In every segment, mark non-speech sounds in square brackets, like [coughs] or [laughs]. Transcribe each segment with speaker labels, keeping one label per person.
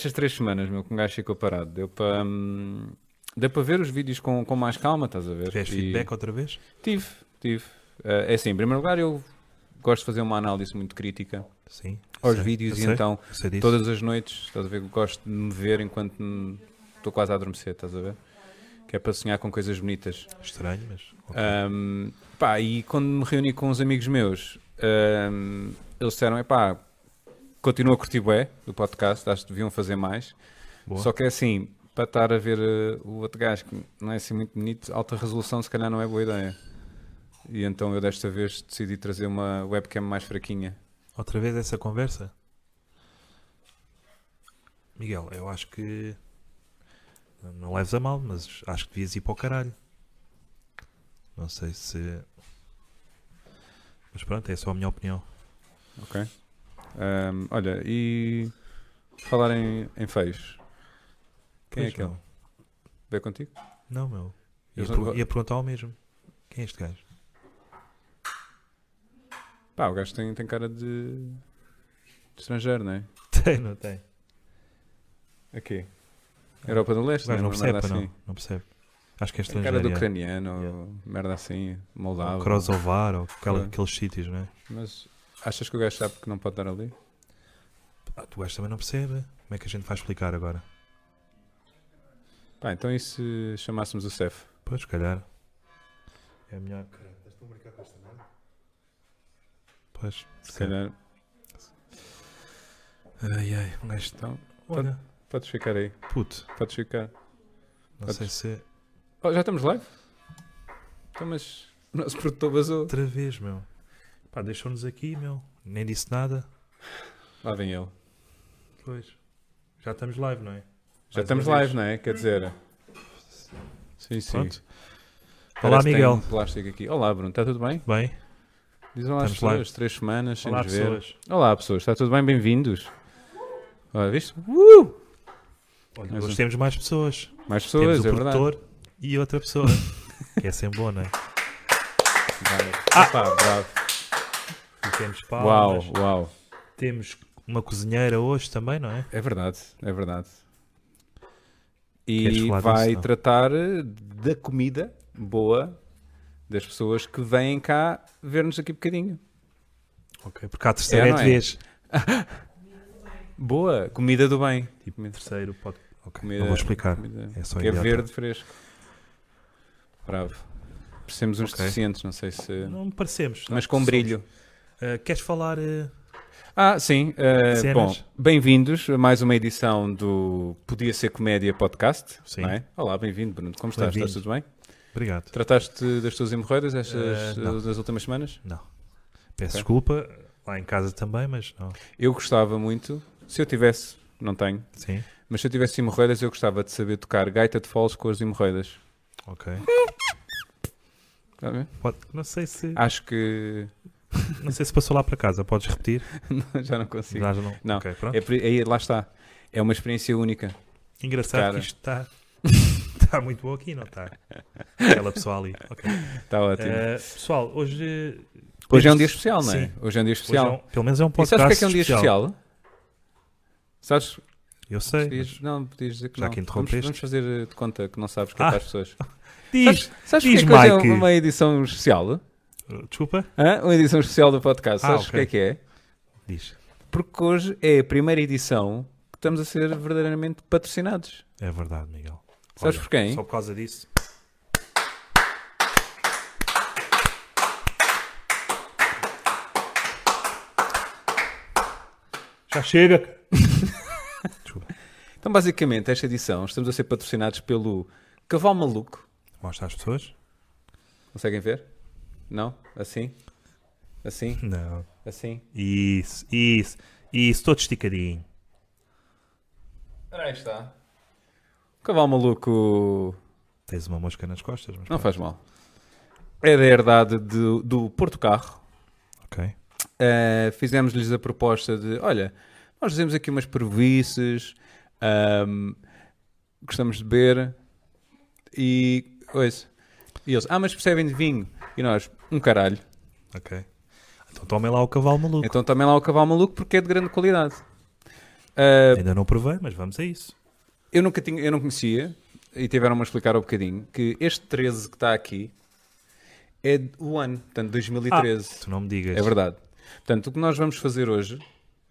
Speaker 1: Estas três semanas, meu, que um gajo ficou parado. Deu para. hum, deu para ver os vídeos com, com mais calma, estás a ver?
Speaker 2: Tiveste
Speaker 1: E-
Speaker 2: feedback outra vez?
Speaker 1: Tive, tive. Eh, é assim, em primeiro lugar, eu gosto de fazer uma análise muito crítica
Speaker 2: Sim.
Speaker 1: aos
Speaker 2: sei, eu
Speaker 1: vídeos e
Speaker 2: sei,
Speaker 1: então
Speaker 2: eu sei disso.
Speaker 1: todas as noites, estás a ver, eu gosto de me ver enquanto me- estou quase a adormecer, estás a ver? Que é para sonhar com coisas bonitas.
Speaker 2: Estranho, mas.
Speaker 1: Ah,
Speaker 2: ok.
Speaker 1: Ahm, pá, e quando me reuni com uns amigos meus, ahm, eles disseram: pá, continua a curtir bué do podcast, acho que deviam fazer mais.
Speaker 2: Boa.
Speaker 1: Só que é assim, para estar a ver eh, o outro gajo que não é assim muito bonito, alta resolução se calhar não é boa ideia. E então eu desta vez decidi trazer uma webcam mais fraquinha.
Speaker 2: Outra vez essa conversa? Miguel, eu acho que. Não leves a mal, mas acho que devias ir para o caralho. Não sei se. Mas pronto, é só a minha opinião.
Speaker 1: Ahm, olha, e por falar em, em feios, Quem é
Speaker 2: Pois,
Speaker 1: aquele?
Speaker 2: meu.
Speaker 1: vê contigo?
Speaker 2: Não, meu. Ia,
Speaker 1: Eles não
Speaker 2: per-
Speaker 1: go-
Speaker 2: ia perguntar ao mesmo. Quem é este gajo?
Speaker 1: Pá, o gajo tem, tem cara de, de estrangeiro, não é?
Speaker 2: Tem, não tem.
Speaker 1: Aqui. Europa do
Speaker 2: O
Speaker 1: Leste,
Speaker 2: gajo
Speaker 1: não é?
Speaker 2: não
Speaker 1: Uma
Speaker 2: percebe,
Speaker 1: merda
Speaker 2: não.
Speaker 1: assim.
Speaker 2: Não percebe. Acho que é
Speaker 1: Tem cara de
Speaker 2: estrangeiro. é.
Speaker 1: ucraniano, ou merda assim, moldavo.
Speaker 2: Ou Crossovar, ou aquela-
Speaker 1: É.
Speaker 2: aqueles sítios, não é?
Speaker 1: Mas achas que o gajo sabe que não pode dar ali?
Speaker 2: Ah, tu gajo também não percebe. Como é que a gente vai explicar agora?
Speaker 1: Pá, então e se chamássemos o CEF?
Speaker 2: Pois, se calhar. É melhor. Pois,
Speaker 1: Se calhar.
Speaker 2: Ai ai, um gajo.
Speaker 1: Então,
Speaker 2: Olha,
Speaker 1: podes ficar aí.
Speaker 2: puto,
Speaker 1: Podes ficar.
Speaker 2: não
Speaker 1: Podes-
Speaker 2: sei se. é
Speaker 1: Oh, já estamos live? Então, mas o nosso produtor vazou.
Speaker 2: Outra vez, meu. Pá, deixou-nos aqui, meu. Nem disse nada.
Speaker 1: Lá vem ele.
Speaker 2: Pois. Já estamos live, não é?
Speaker 1: Já estamos live, não é? Quer dizer. Sim, sim. Parece
Speaker 2: Pronto. Olá,
Speaker 1: que tem
Speaker 2: Miguel.
Speaker 1: um plástico aqui. Olá, Bruno. Está tudo bem?
Speaker 2: Bem?
Speaker 1: Dizem lá as
Speaker 2: Estamos live.
Speaker 1: pessoas. Três semanas sem
Speaker 2: Olá,
Speaker 1: nos ver.
Speaker 2: pessoas.
Speaker 1: Olá, pessoas. Está tudo bem? Bem-vindos. Olha, viste?
Speaker 2: Olha,
Speaker 1: Mais
Speaker 2: hoje
Speaker 1: um.
Speaker 2: temos mais pessoas.
Speaker 1: Mais pessoas,
Speaker 2: temos o
Speaker 1: é verdade.
Speaker 2: produtor e outra pessoa. [laughs] que é sempre bom, não é?
Speaker 1: Vai. Epá, bravo.
Speaker 2: E temos
Speaker 1: Uau,
Speaker 2: Ah! palmas.
Speaker 1: uau.
Speaker 2: Temos uma cozinheira hoje também, não é?
Speaker 1: É verdade, é verdade.
Speaker 2: Queres
Speaker 1: E
Speaker 2: falar
Speaker 1: vai
Speaker 2: disso, é não?
Speaker 1: tratar eh, da comida boa das pessoas que vêm cá ver-nos aqui um bocadinho.
Speaker 2: Ok, porque há a terceira
Speaker 1: É,
Speaker 2: é
Speaker 1: não
Speaker 2: de
Speaker 1: é?
Speaker 2: vez.
Speaker 1: Boa, comida do bem. Tipo,
Speaker 2: Terceiro pode. Ok,
Speaker 1: Comida-
Speaker 2: não vou explicar.
Speaker 1: comida
Speaker 2: É só
Speaker 1: que é
Speaker 2: idiota.
Speaker 1: verde fresco. Bravo. Parecemos uns
Speaker 2: Ok.
Speaker 1: deficientes, não sei se.
Speaker 2: Não me parecemos.
Speaker 1: Mas
Speaker 2: Não,
Speaker 1: com
Speaker 2: somos-
Speaker 1: brilho.
Speaker 2: Ah, queres falar. ah,
Speaker 1: Ah, sim. eh,
Speaker 2: Cenas?
Speaker 1: bom, bem-vindos a mais uma edição do Podia Ser Comédia Podcast.
Speaker 2: Sim.
Speaker 1: não é? Olá, bem-vindo, Bruno. Como estás? Estás
Speaker 2: Bem-vindo.
Speaker 1: tudo bem?
Speaker 2: Obrigado.
Speaker 1: Tá, Trataste das tuas hemorroidas estas
Speaker 2: Eh, não.
Speaker 1: das últimas semanas?
Speaker 2: Não. Peço
Speaker 1: Ok.
Speaker 2: desculpa. Lá em casa também, mas não.
Speaker 1: Eu gostava muito, se eu tivesse, não tenho,
Speaker 2: Sim.
Speaker 1: mas se eu tivesse hemorroidas, eu gostava de saber tocar gaita de foles com as hemorroidas.
Speaker 2: Ok.
Speaker 1: Está bem?
Speaker 2: Pode- Não, sei se...
Speaker 1: Acho que [laughs]
Speaker 2: não sei se passou lá para casa. Podes repetir?
Speaker 1: não, já não consigo.
Speaker 2: Já não.
Speaker 1: Não.
Speaker 2: Ok, pronto.
Speaker 1: É, por- aí, lá está. É uma experiência única.
Speaker 2: Engraçado
Speaker 1: Cara.
Speaker 2: que isto [laughs] está. Está muito bom aqui, não está? Aquela pessoa ali. Ok.
Speaker 1: Está ótimo.
Speaker 2: Ah, pessoal, hoje. ah,
Speaker 1: Hoje é um
Speaker 2: este-
Speaker 1: dia especial, não é?
Speaker 2: Sim.
Speaker 1: Hoje é um dia
Speaker 2: Hoje é
Speaker 1: especial.
Speaker 2: um- pelo menos é um
Speaker 1: E
Speaker 2: podcast.
Speaker 1: sabes porque é que é um dia
Speaker 2: especial?
Speaker 1: especial? Sabes?
Speaker 2: Eu sei.
Speaker 1: podias-
Speaker 2: mas-
Speaker 1: Não, podias dizer que
Speaker 2: Já
Speaker 1: não.
Speaker 2: que
Speaker 1: vamos,
Speaker 2: interrompeste.
Speaker 1: vamos fazer eh, de conta que não sabes que é
Speaker 2: Ah.
Speaker 1: para as pessoas.
Speaker 2: Diz!
Speaker 1: sabes sabes
Speaker 2: diz,
Speaker 1: porque é que hoje
Speaker 2: Mike.
Speaker 1: é uma edição especial?
Speaker 2: Uh, Desculpa?
Speaker 1: Hã? Uma edição especial do podcast.
Speaker 2: Ah,
Speaker 1: Sabes o
Speaker 2: ok.
Speaker 1: que é que é?
Speaker 2: Diz.
Speaker 1: Porque hoje é a primeira edição que estamos a ser verdadeiramente patrocinados.
Speaker 2: É verdade, Miguel.
Speaker 1: Sabes
Speaker 2: Olha,
Speaker 1: por quem?
Speaker 2: Só por causa disso.
Speaker 1: [laughs]
Speaker 2: Já chega! Desculpa.
Speaker 1: Então, basicamente, esta edição estamos a ser patrocinados pelo Cavalo Maluco.
Speaker 2: Mostra às pessoas?
Speaker 1: Conseguem ver? Não? Assim? Assim?
Speaker 2: Não.
Speaker 1: Assim?
Speaker 2: Isso, isso, isso, todo esticadinho.
Speaker 1: Ora, aí está. O Cavalo Maluco
Speaker 2: Tens uma mosca nas costas, mas.
Speaker 1: não faz mal. É da herdade do, do Porto Carro.
Speaker 2: Ok.
Speaker 1: Uh, fizemos-lhes a proposta de: olha, nós fizemos aqui umas previstas, gostamos de beber e. Coisa. E eles: ah, mas percebem de vinho? E nós: um caralho.
Speaker 2: Ok. Então tomem lá o cavalo maluco.
Speaker 1: Então também lá o cavalo maluco porque é de grande qualidade. Ah,
Speaker 2: Ainda não provei, mas vamos a isso.
Speaker 1: eu nunca tinha, eu não conhecia e tiveram-me a explicar um bocadinho que este 13 que está aqui é o ano, portanto
Speaker 2: Ah,
Speaker 1: 2013.
Speaker 2: Tu não me digas.
Speaker 1: é verdade. Portanto, o que nós vamos fazer hoje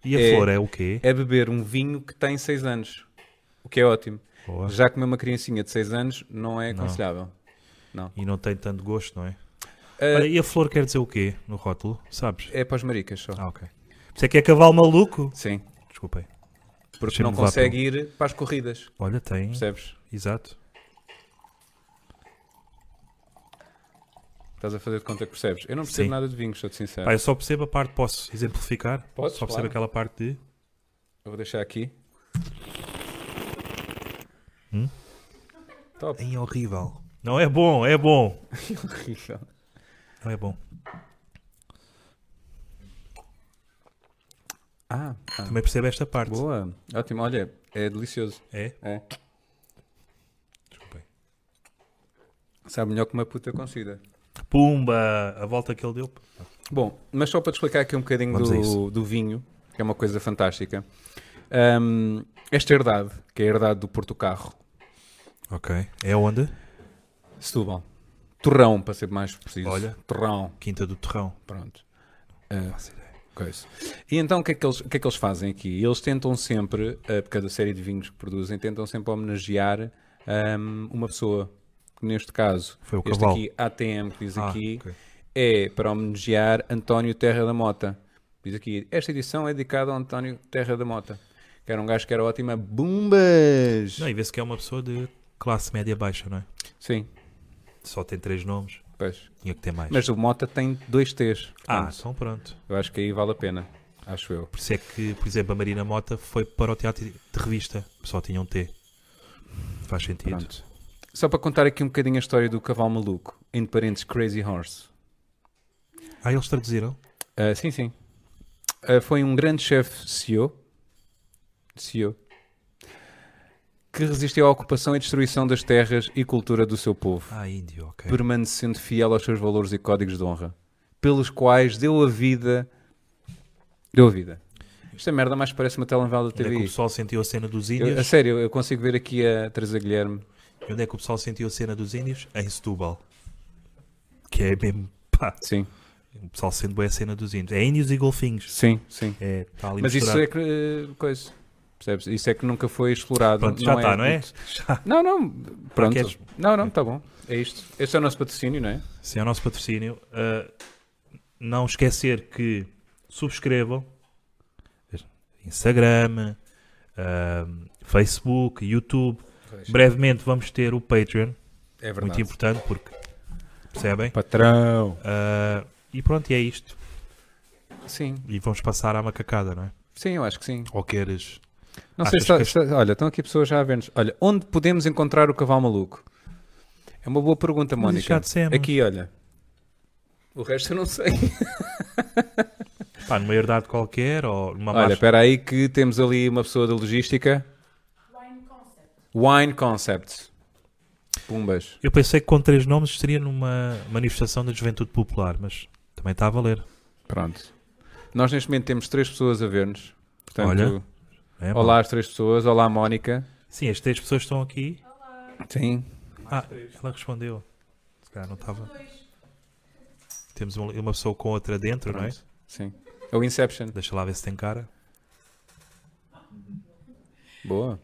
Speaker 2: E a
Speaker 1: É.
Speaker 2: flor é o quê?
Speaker 1: é beber um vinho que tem 6 anos, o que é ótimo.
Speaker 2: Boa.
Speaker 1: Já comer uma criancinha de 6 anos não é aconselhável.
Speaker 2: E não tem tanto gosto, não é?
Speaker 1: Ah,
Speaker 2: Olha, e a flor quer dizer o quê no rótulo? Sabes?
Speaker 1: é para os maricas só.
Speaker 2: Ah, ok. Por isso é que é cavalo maluco.
Speaker 1: Sim,
Speaker 2: Desculpem.
Speaker 1: porque
Speaker 2: Deixa-me
Speaker 1: não
Speaker 2: levar um-
Speaker 1: consegue ir para as corridas,
Speaker 2: Olha, tem.
Speaker 1: percebes?
Speaker 2: Exato.
Speaker 1: Estás a fazer de conta que percebes. Eu não percebo
Speaker 2: Sim.
Speaker 1: nada de vinhos, sou-te sincero.
Speaker 2: Pá, eu só percebo a parte, posso exemplificar?
Speaker 1: Podes,
Speaker 2: Só
Speaker 1: claro.
Speaker 2: percebo aquela parte de.
Speaker 1: Eu vou deixar aqui.
Speaker 2: Hum?
Speaker 1: Top.
Speaker 2: É horrível. Não é bom, é bom.
Speaker 1: Horrível.
Speaker 2: Não é bom.
Speaker 1: Ah, ah,
Speaker 2: Também percebo esta parte.
Speaker 1: boa. Ótimo. Olha, é delicioso.
Speaker 2: É?
Speaker 1: É.
Speaker 2: Desculpem.
Speaker 1: Sabe melhor que uma puta concida.
Speaker 2: Pumba! A volta que ele deu.
Speaker 1: Bom, mas só para te explicar aqui um bocadinho
Speaker 2: Vamos a
Speaker 1: do,
Speaker 2: isso.
Speaker 1: do vinho, que é uma coisa fantástica. Ahm, esta herdade, que é a herdade do Porto Carro,
Speaker 2: Ok. É onde?
Speaker 1: Setúbal. Torrão, para ser mais preciso.
Speaker 2: Olha.
Speaker 1: Torrão.
Speaker 2: Quinta do Terrão.
Speaker 1: Pronto. Ah, coisa. E então o que, é que eles, o que é que eles fazem aqui? Eles tentam sempre, ah, por cada série de vinhos que produzem, tentam sempre homenagear ahm, uma pessoa. Que neste caso,
Speaker 2: Foi o
Speaker 1: este
Speaker 2: cavalo.
Speaker 1: aqui, ATM, que diz
Speaker 2: Ah,
Speaker 1: aqui,
Speaker 2: ok.
Speaker 1: é para homenagear António Terra da Mota. Diz aqui, esta edição é dedicada a António Terra da Mota, que era um gajo que era ótima. Bombas!
Speaker 2: Não, e vê-se que é uma pessoa de classe média baixa, não é?
Speaker 1: Sim,
Speaker 2: Só tem três nomes.
Speaker 1: pois.
Speaker 2: Tinha que ter mais.
Speaker 1: Mas o Mota tem dois T's.
Speaker 2: ah,
Speaker 1: portanto,
Speaker 2: então pronto.
Speaker 1: Eu acho que aí vale a pena, acho eu.
Speaker 2: Por isso é que, por exemplo, a Marina Mota foi para o teatro de revista. Só tinha um T. Faz sentido.
Speaker 1: Pronto. Só para contar aqui um bocadinho a história do cavalo maluco, entre parênteses, Crazy Horse.
Speaker 2: Ah, eles traduziram?
Speaker 1: Ah, sim, sim. Ah, foi um grande chefe CEO, CEO que resistiu à ocupação e destruição das terras e cultura do seu povo,
Speaker 2: Ah, índio, ok.
Speaker 1: permanecendo fiel aos seus valores e códigos de honra, pelos quais deu a vida. Deu a vida. Esta merda mais parece uma telenovela da
Speaker 2: Onde é que o
Speaker 1: TV.
Speaker 2: pessoal sentiu a cena dos
Speaker 1: Eu- a
Speaker 2: índios?
Speaker 1: sério, eu consigo ver aqui a Teresa Guilherme.
Speaker 2: E onde é que o pessoal sentiu a cena dos índios? Em Setúbal. Que é mesmo, pá,
Speaker 1: Sim,
Speaker 2: o pessoal sente bem a cena dos índios. É índios e golfinhos.
Speaker 1: sim, sim.
Speaker 2: É, tá ali
Speaker 1: Mas isso
Speaker 2: misturado.
Speaker 1: é que, eh, coisa, percebes? Isso é que nunca foi explorado.
Speaker 2: Pronto, já está, não é? [laughs] Já.
Speaker 1: Não, não, pronto.
Speaker 2: queres-
Speaker 1: Não, não, está bom. É isto. Este é o nosso patrocínio, não é?
Speaker 2: Sim, é o nosso patrocínio. Ah, não esquecer que subscrevam Instagram, ah, Facebook, YouTube. Brevemente vamos ter o Patreon.
Speaker 1: É verdade.
Speaker 2: Muito importante porque percebem?
Speaker 1: Patrão.
Speaker 2: Ah, e pronto, e é isto.
Speaker 1: Sim,
Speaker 2: E vamos passar à macacada, não é?
Speaker 1: sim, eu acho que sim.
Speaker 2: Ou queres.
Speaker 1: Não sei
Speaker 2: Achas
Speaker 1: se,
Speaker 2: que
Speaker 1: está- se- tá, Olha, estão aqui pessoas já a ver-nos. Olha, onde podemos encontrar o cavalo maluco? É uma boa pergunta,
Speaker 2: Mas isso
Speaker 1: Mónica.
Speaker 2: já dissemos.
Speaker 1: Aqui, olha. O resto eu não sei.
Speaker 2: Pá, numa herdade qualquer ou numa
Speaker 1: Olha,
Speaker 2: marcha.
Speaker 1: espera aí que temos ali uma pessoa da logística. Wine Concept. Pumbas.
Speaker 2: Eu pensei que com três nomes seria numa manifestação da juventude popular, mas também está a valer.
Speaker 1: Pronto. Nós neste momento temos três pessoas a ver-nos. Portanto,
Speaker 2: Olha. não é?
Speaker 1: olá às três pessoas. Olá, Mónica.
Speaker 2: Sim, as três pessoas estão aqui.
Speaker 1: Sim.
Speaker 2: Ah, ela respondeu. Se calhar não estava. Temos uma, uma pessoa com outra dentro, não é?
Speaker 1: Pronto. Sim. É o Inception.
Speaker 2: Deixa lá ver se tem cara.
Speaker 1: Boa.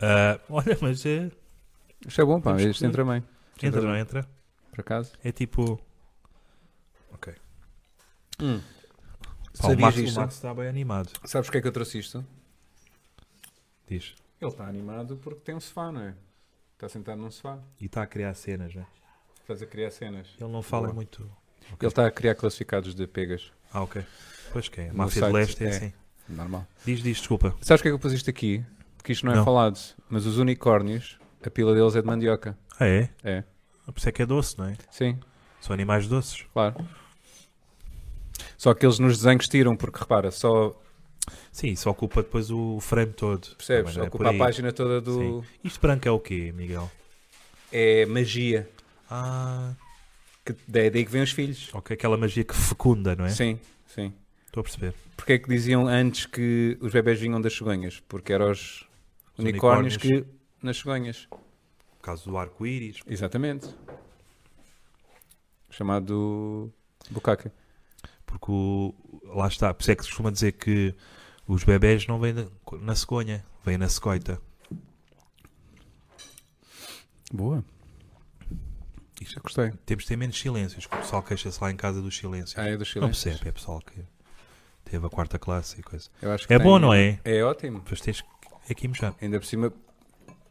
Speaker 2: Ah, [laughs] olha, mas é...
Speaker 1: Isto é bom, pá.
Speaker 2: Temos
Speaker 1: Isto
Speaker 2: que-
Speaker 1: entra bem. Isto
Speaker 2: entra, não
Speaker 1: bem,
Speaker 2: entra?
Speaker 1: Por acaso.
Speaker 2: É tipo. Pá, o
Speaker 1: Sabias
Speaker 2: Max, o
Speaker 1: isto?
Speaker 2: Max está bem animado.
Speaker 1: Sabes porque é que eu trouxe isto?
Speaker 2: Diz.
Speaker 1: Ele está animado porque tem um sofá, não é? Está sentado num sofá.
Speaker 2: E está a criar cenas, né?
Speaker 1: Estás a criar cenas.
Speaker 2: Ele não fala
Speaker 1: Boa.
Speaker 2: muito.
Speaker 1: Ele está a criar classificados de pegas.
Speaker 2: Ah, ok. Pois que é.
Speaker 1: No
Speaker 2: Máfia de
Speaker 1: site,
Speaker 2: Leste é,
Speaker 1: é.
Speaker 2: assim.
Speaker 1: Normal.
Speaker 2: Diz, diz, desculpa.
Speaker 1: Sabes porque é que eu pus isto aqui? Porque isto não é
Speaker 2: Não.
Speaker 1: falado. Mas os unicórnios, a pila deles é de mandioca.
Speaker 2: Ah, é?
Speaker 1: É.
Speaker 2: Por isso é que é doce, não é?
Speaker 1: Sim,
Speaker 2: São animais doces.
Speaker 1: claro. Só que eles nos desenhos tiram, porque repara, só
Speaker 2: Sim, isso ocupa depois o frame todo.
Speaker 1: percebes,
Speaker 2: Também, não é?
Speaker 1: ocupa
Speaker 2: Por
Speaker 1: a
Speaker 2: aí.
Speaker 1: página toda do.
Speaker 2: Sim. Isto branco é o quê, Miguel?
Speaker 1: É magia.
Speaker 2: Ah,
Speaker 1: Que é daí que vêm os filhos.
Speaker 2: ok. Aquela magia que fecunda, não é?
Speaker 1: Sim, sim.
Speaker 2: Estou a perceber.
Speaker 1: Porque é que diziam antes que os bebés vinham das cegonhas? Porque eram os
Speaker 2: Os
Speaker 1: unicórnios,
Speaker 2: unicórnios.
Speaker 1: que nas cegonhas.
Speaker 2: Por causa do arco-íris.
Speaker 1: Exatamente. Chamado bucaca.
Speaker 2: Porque o- lá está. Por isso é que se costuma dizer que os bebés não vêm na, na cegonha, vêm na secoita.
Speaker 1: Boa. Isto eu gostei.
Speaker 2: Temos de ter menos silêncios, porque o pessoal queixa-se lá em casa dos silêncios.
Speaker 1: Ah, é dos
Speaker 2: não
Speaker 1: silêncios.
Speaker 2: percebe, é pessoal que teve a quarta classe e coisa.
Speaker 1: Eu acho tem-
Speaker 2: É bom, não é?
Speaker 1: É ótimo.
Speaker 2: Depois tens que- é que mijar.
Speaker 1: Ainda por cima,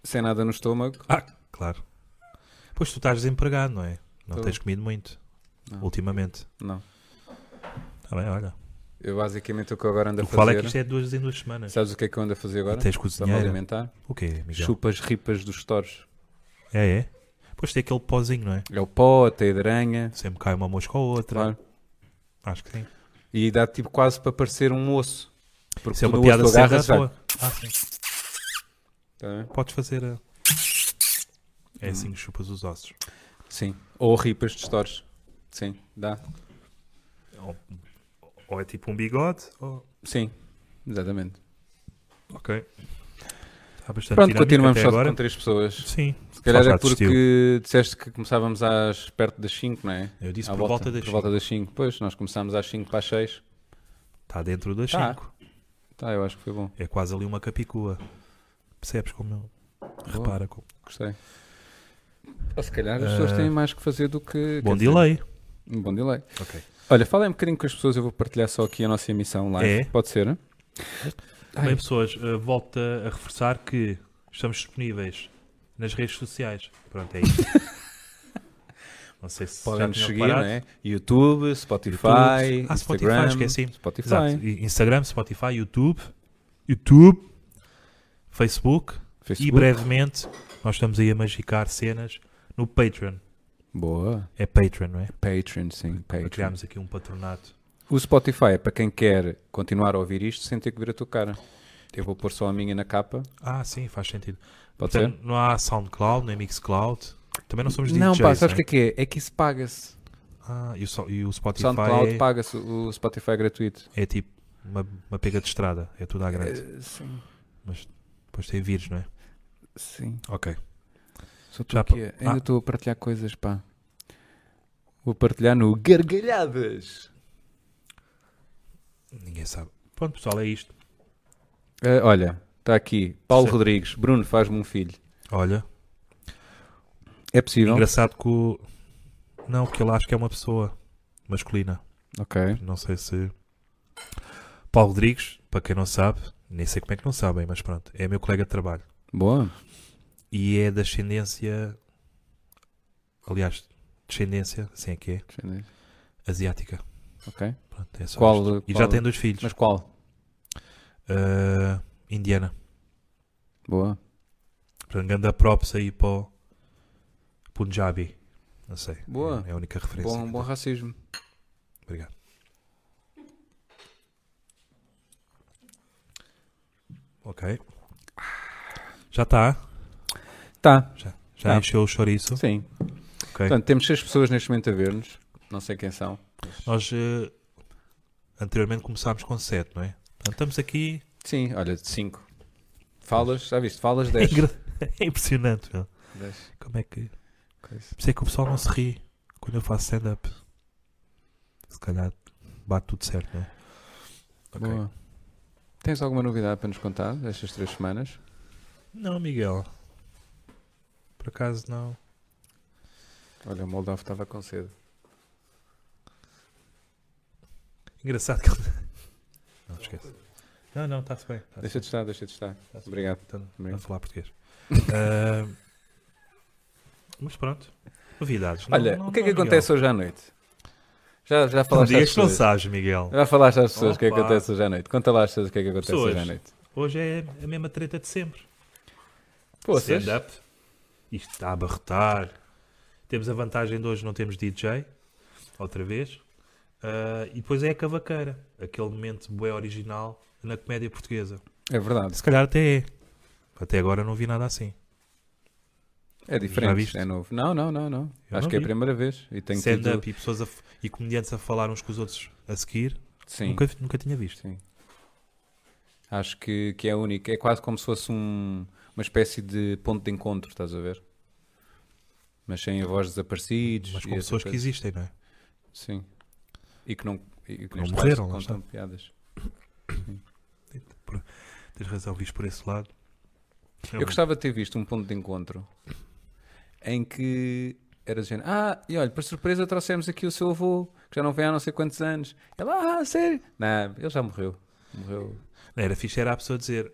Speaker 1: sem nada no estômago.
Speaker 2: Ah, claro. Pois tu estás desempregado, não é? Não
Speaker 1: Tô.
Speaker 2: tens comido muito,
Speaker 1: Não.
Speaker 2: ultimamente.
Speaker 1: Não.
Speaker 2: Está bem, olha.
Speaker 1: Eu basicamente o que eu agora ando a
Speaker 2: O que vale
Speaker 1: fazer. né?
Speaker 2: é que isto é duas em duas semanas.
Speaker 1: Sabes o que é que eu ando a fazer agora?
Speaker 2: Tens
Speaker 1: Para me
Speaker 2: cozinheira.
Speaker 1: alimentar?
Speaker 2: O quê, Miguel?
Speaker 1: Chupa as ripas dos toros.
Speaker 2: É, é? Pois tem aquele pozinho, não é?
Speaker 1: É o pó, a teia de aranha.
Speaker 2: Sempre cai uma mosca ou outra.
Speaker 1: claro.
Speaker 2: Acho que sim.
Speaker 1: E dá tipo quase para parecer um osso. Porque
Speaker 2: Isso é
Speaker 1: tu
Speaker 2: uma
Speaker 1: no osso
Speaker 2: piada
Speaker 1: tu
Speaker 2: certa à
Speaker 1: agarras, vai.
Speaker 2: toa. Ah, sim.
Speaker 1: Tá bem?
Speaker 2: Podes fazer a... É assim que chupas os ossos.
Speaker 1: Sim. Ou ripas dos toros. Sim, dá.
Speaker 2: Ou, ou é tipo um bigode, ou...
Speaker 1: Sim, exatamente.
Speaker 2: Ok. Está bastante
Speaker 1: Pronto,
Speaker 2: dinâmico
Speaker 1: continuamos
Speaker 2: até
Speaker 1: só
Speaker 2: agora.
Speaker 1: com três pessoas.
Speaker 2: Sim.
Speaker 1: Se calhar
Speaker 2: Só já
Speaker 1: é porque disseste que começávamos às perto das 5, não é?
Speaker 2: Eu disse
Speaker 1: À
Speaker 2: por volta das
Speaker 1: por volta das 5. Pois, nós começámos às 5 para as 6.
Speaker 2: Está dentro das
Speaker 1: Tá.
Speaker 2: 5.
Speaker 1: Tá, eu acho que foi bom.
Speaker 2: É quase ali uma capicua. Percebes como eu... Repara. Como...
Speaker 1: Gostei. Ou se calhar as pessoas
Speaker 2: Ah.
Speaker 1: têm mais que fazer do que.
Speaker 2: Bom
Speaker 1: quer dizer,
Speaker 2: delay.
Speaker 1: Um bom delay.
Speaker 2: Ok.
Speaker 1: Olha, falem um bocadinho com as pessoas, eu vou partilhar só aqui a nossa emissão live.
Speaker 2: É?
Speaker 1: Pode ser? Ai.
Speaker 2: Bem, pessoas, eh, volto a reforçar que estamos disponíveis nas redes sociais. Pronto,
Speaker 1: [laughs]
Speaker 2: é isto. não sei se já
Speaker 1: Podem nos
Speaker 2: tinham
Speaker 1: seguir,
Speaker 2: reparado.
Speaker 1: não é? YouTube, Spotify,
Speaker 2: YouTube. Ah, Spotify,
Speaker 1: Instagram,
Speaker 2: esqueci.
Speaker 1: Spotify.
Speaker 2: Exato. E- Instagram, Spotify, YouTube, YouTube, Facebook, e
Speaker 1: Facebook.
Speaker 2: brevemente nós estamos aí a magicar cenas no Patreon.
Speaker 1: Boa.
Speaker 2: É Patreon, não é?
Speaker 1: Patreon, sim. Patreon.
Speaker 2: Criámos aqui um patronato.
Speaker 1: O Spotify é para quem quer continuar a ouvir isto sem ter que ver a tua cara. Eu vou pôr só a minha na capa.
Speaker 2: Ah, sim, faz sentido.
Speaker 1: Pode
Speaker 2: Portanto,
Speaker 1: ser?
Speaker 2: Não há SoundCloud, nem Mixcloud. Também não somos DJs,
Speaker 1: Não, pá, sabes o que
Speaker 2: né?
Speaker 1: é que é? É que isso paga-se.
Speaker 2: Ah, e o, so- e o
Speaker 1: O
Speaker 2: Spotify
Speaker 1: SoundCloud
Speaker 2: é...
Speaker 1: paga-se, o Spotify é gratuito.
Speaker 2: é tipo uma, uma pega de estrada, é tudo à grande.
Speaker 1: Eh, sim,
Speaker 2: Mas depois tem vírus, não é?
Speaker 1: sim.
Speaker 2: Ok.
Speaker 1: Só estou
Speaker 2: Já
Speaker 1: aqui.
Speaker 2: pa-
Speaker 1: a- Ainda
Speaker 2: Ah.
Speaker 1: estou a partilhar coisas, pá. Vou partilhar no Gargalhadas.
Speaker 2: Ninguém sabe. Pronto, pessoal, é isto.
Speaker 1: Eh, olha, está aqui. Paulo
Speaker 2: Sim.
Speaker 1: Rodrigues. Bruno, faz-me um filho.
Speaker 2: Olha,
Speaker 1: É possível?
Speaker 2: engraçado que o. Não, que ele acho que é uma pessoa masculina.
Speaker 1: Ok.
Speaker 2: Não sei se. Paulo Rodrigues, para quem não sabe, nem sei como é que não sabem, mas pronto, é meu colega de trabalho.
Speaker 1: Boa.
Speaker 2: E é da ascendência. Aliás, descendência, assim é que é, asiática.
Speaker 1: Ok.
Speaker 2: Pronto, é só
Speaker 1: Qual-
Speaker 2: isto. E
Speaker 1: qual-
Speaker 2: já tem dois filhos.
Speaker 1: Mas qual?
Speaker 2: Ah, indiana.
Speaker 1: Boa.
Speaker 2: Portanto, ganda props aí para o Punjabi. Não sei.
Speaker 1: Boa.
Speaker 2: É a única referência.
Speaker 1: Bom, bom racismo.
Speaker 2: Obrigado. Ok. Já está.
Speaker 1: Tá.
Speaker 2: Já, já
Speaker 1: Tá.
Speaker 2: encheu o chouriço.
Speaker 1: Sim.
Speaker 2: Ok.
Speaker 1: Portanto, temos seis pessoas neste momento a ver-nos. Não sei quem são.
Speaker 2: Nós eh, anteriormente começámos com 7, não é? Portanto, estamos aqui.
Speaker 1: Sim, olha, cinco. Falas, já viste? Falas
Speaker 2: É,
Speaker 1: dez.
Speaker 2: [laughs] engra- é impressionante, meu.
Speaker 1: Dez.
Speaker 2: Como é que.
Speaker 1: Coisa.
Speaker 2: Por isso é que o pessoal não se ri quando eu faço stand-up. Se calhar bate tudo certo, não é? Ok.
Speaker 1: Boa. Tens alguma novidade para nos contar destas três semanas?
Speaker 2: Não, Miguel. Por acaso não.
Speaker 1: Olha, o Moldavo estava com sede.
Speaker 2: Engraçado que ele. Não, esquece. Não, não, está-se bem. tá-se
Speaker 1: Deixa
Speaker 2: bem,
Speaker 1: de estar, deixa de estar.
Speaker 2: tá-se bem.
Speaker 1: Obrigado.
Speaker 2: Então,
Speaker 1: Obrigado.
Speaker 2: a falar português. Ahm, mas pronto. Novidades. Não-
Speaker 1: Olha,
Speaker 2: não-
Speaker 1: o que é que
Speaker 2: não,
Speaker 1: acontece
Speaker 2: Miguel.
Speaker 1: hoje à noite? Já, já
Speaker 2: Não
Speaker 1: falaste às
Speaker 2: digas que não
Speaker 1: pessoas?
Speaker 2: sabes, Miguel.
Speaker 1: Já falaste às pessoas o que é que
Speaker 2: Opa.
Speaker 1: acontece hoje à noite? Conta lá às pessoas o que é que acontece
Speaker 2: Pessoas.
Speaker 1: hoje à noite.
Speaker 2: Hoje é a mesma treta de sempre.
Speaker 1: Poças.
Speaker 2: Stand-up. Isto está a abarrotar. Temos a vantagem de hoje não temos DJ. Outra vez. Ah, e depois é a cavaqueira. Aquele momento bué original na comédia portuguesa.
Speaker 1: É verdade.
Speaker 2: Se calhar até é. Até agora não vi nada assim.
Speaker 1: É
Speaker 2: Já
Speaker 1: diferente.
Speaker 2: viste?
Speaker 1: É novo. Não, não, não, não.
Speaker 2: Eu
Speaker 1: Acho
Speaker 2: não
Speaker 1: que é a
Speaker 2: vi.
Speaker 1: primeira vez. E tenho
Speaker 2: Stand-up
Speaker 1: tido...
Speaker 2: e pessoas a f- e comediantes a falar uns com os outros a seguir.
Speaker 1: Sim,
Speaker 2: Nunca, nunca tinha visto.
Speaker 1: sim. Acho que, que é único. É quase como se fosse um- uma espécie de ponto de encontro, estás a ver? Mas sem avós desaparecidos.
Speaker 2: Mas
Speaker 1: e
Speaker 2: com
Speaker 1: essa
Speaker 2: pessoas que
Speaker 1: coisa.
Speaker 2: existem, não é?
Speaker 1: Sim. E que não, e que
Speaker 2: não
Speaker 1: neste
Speaker 2: morreram,
Speaker 1: caso
Speaker 2: lá
Speaker 1: contam piadas.
Speaker 2: Tens razão, visto por esse lado.
Speaker 1: Eu gostava de ter visto um ponto de encontro em que era do género, ah, e olha, para surpresa trouxemos aqui o seu avô, que já não vem há não sei quantos anos. Ela, ah, sério? Não, ele já morreu. Morreu,
Speaker 2: Não, Era fixe, era a pessoa dizer: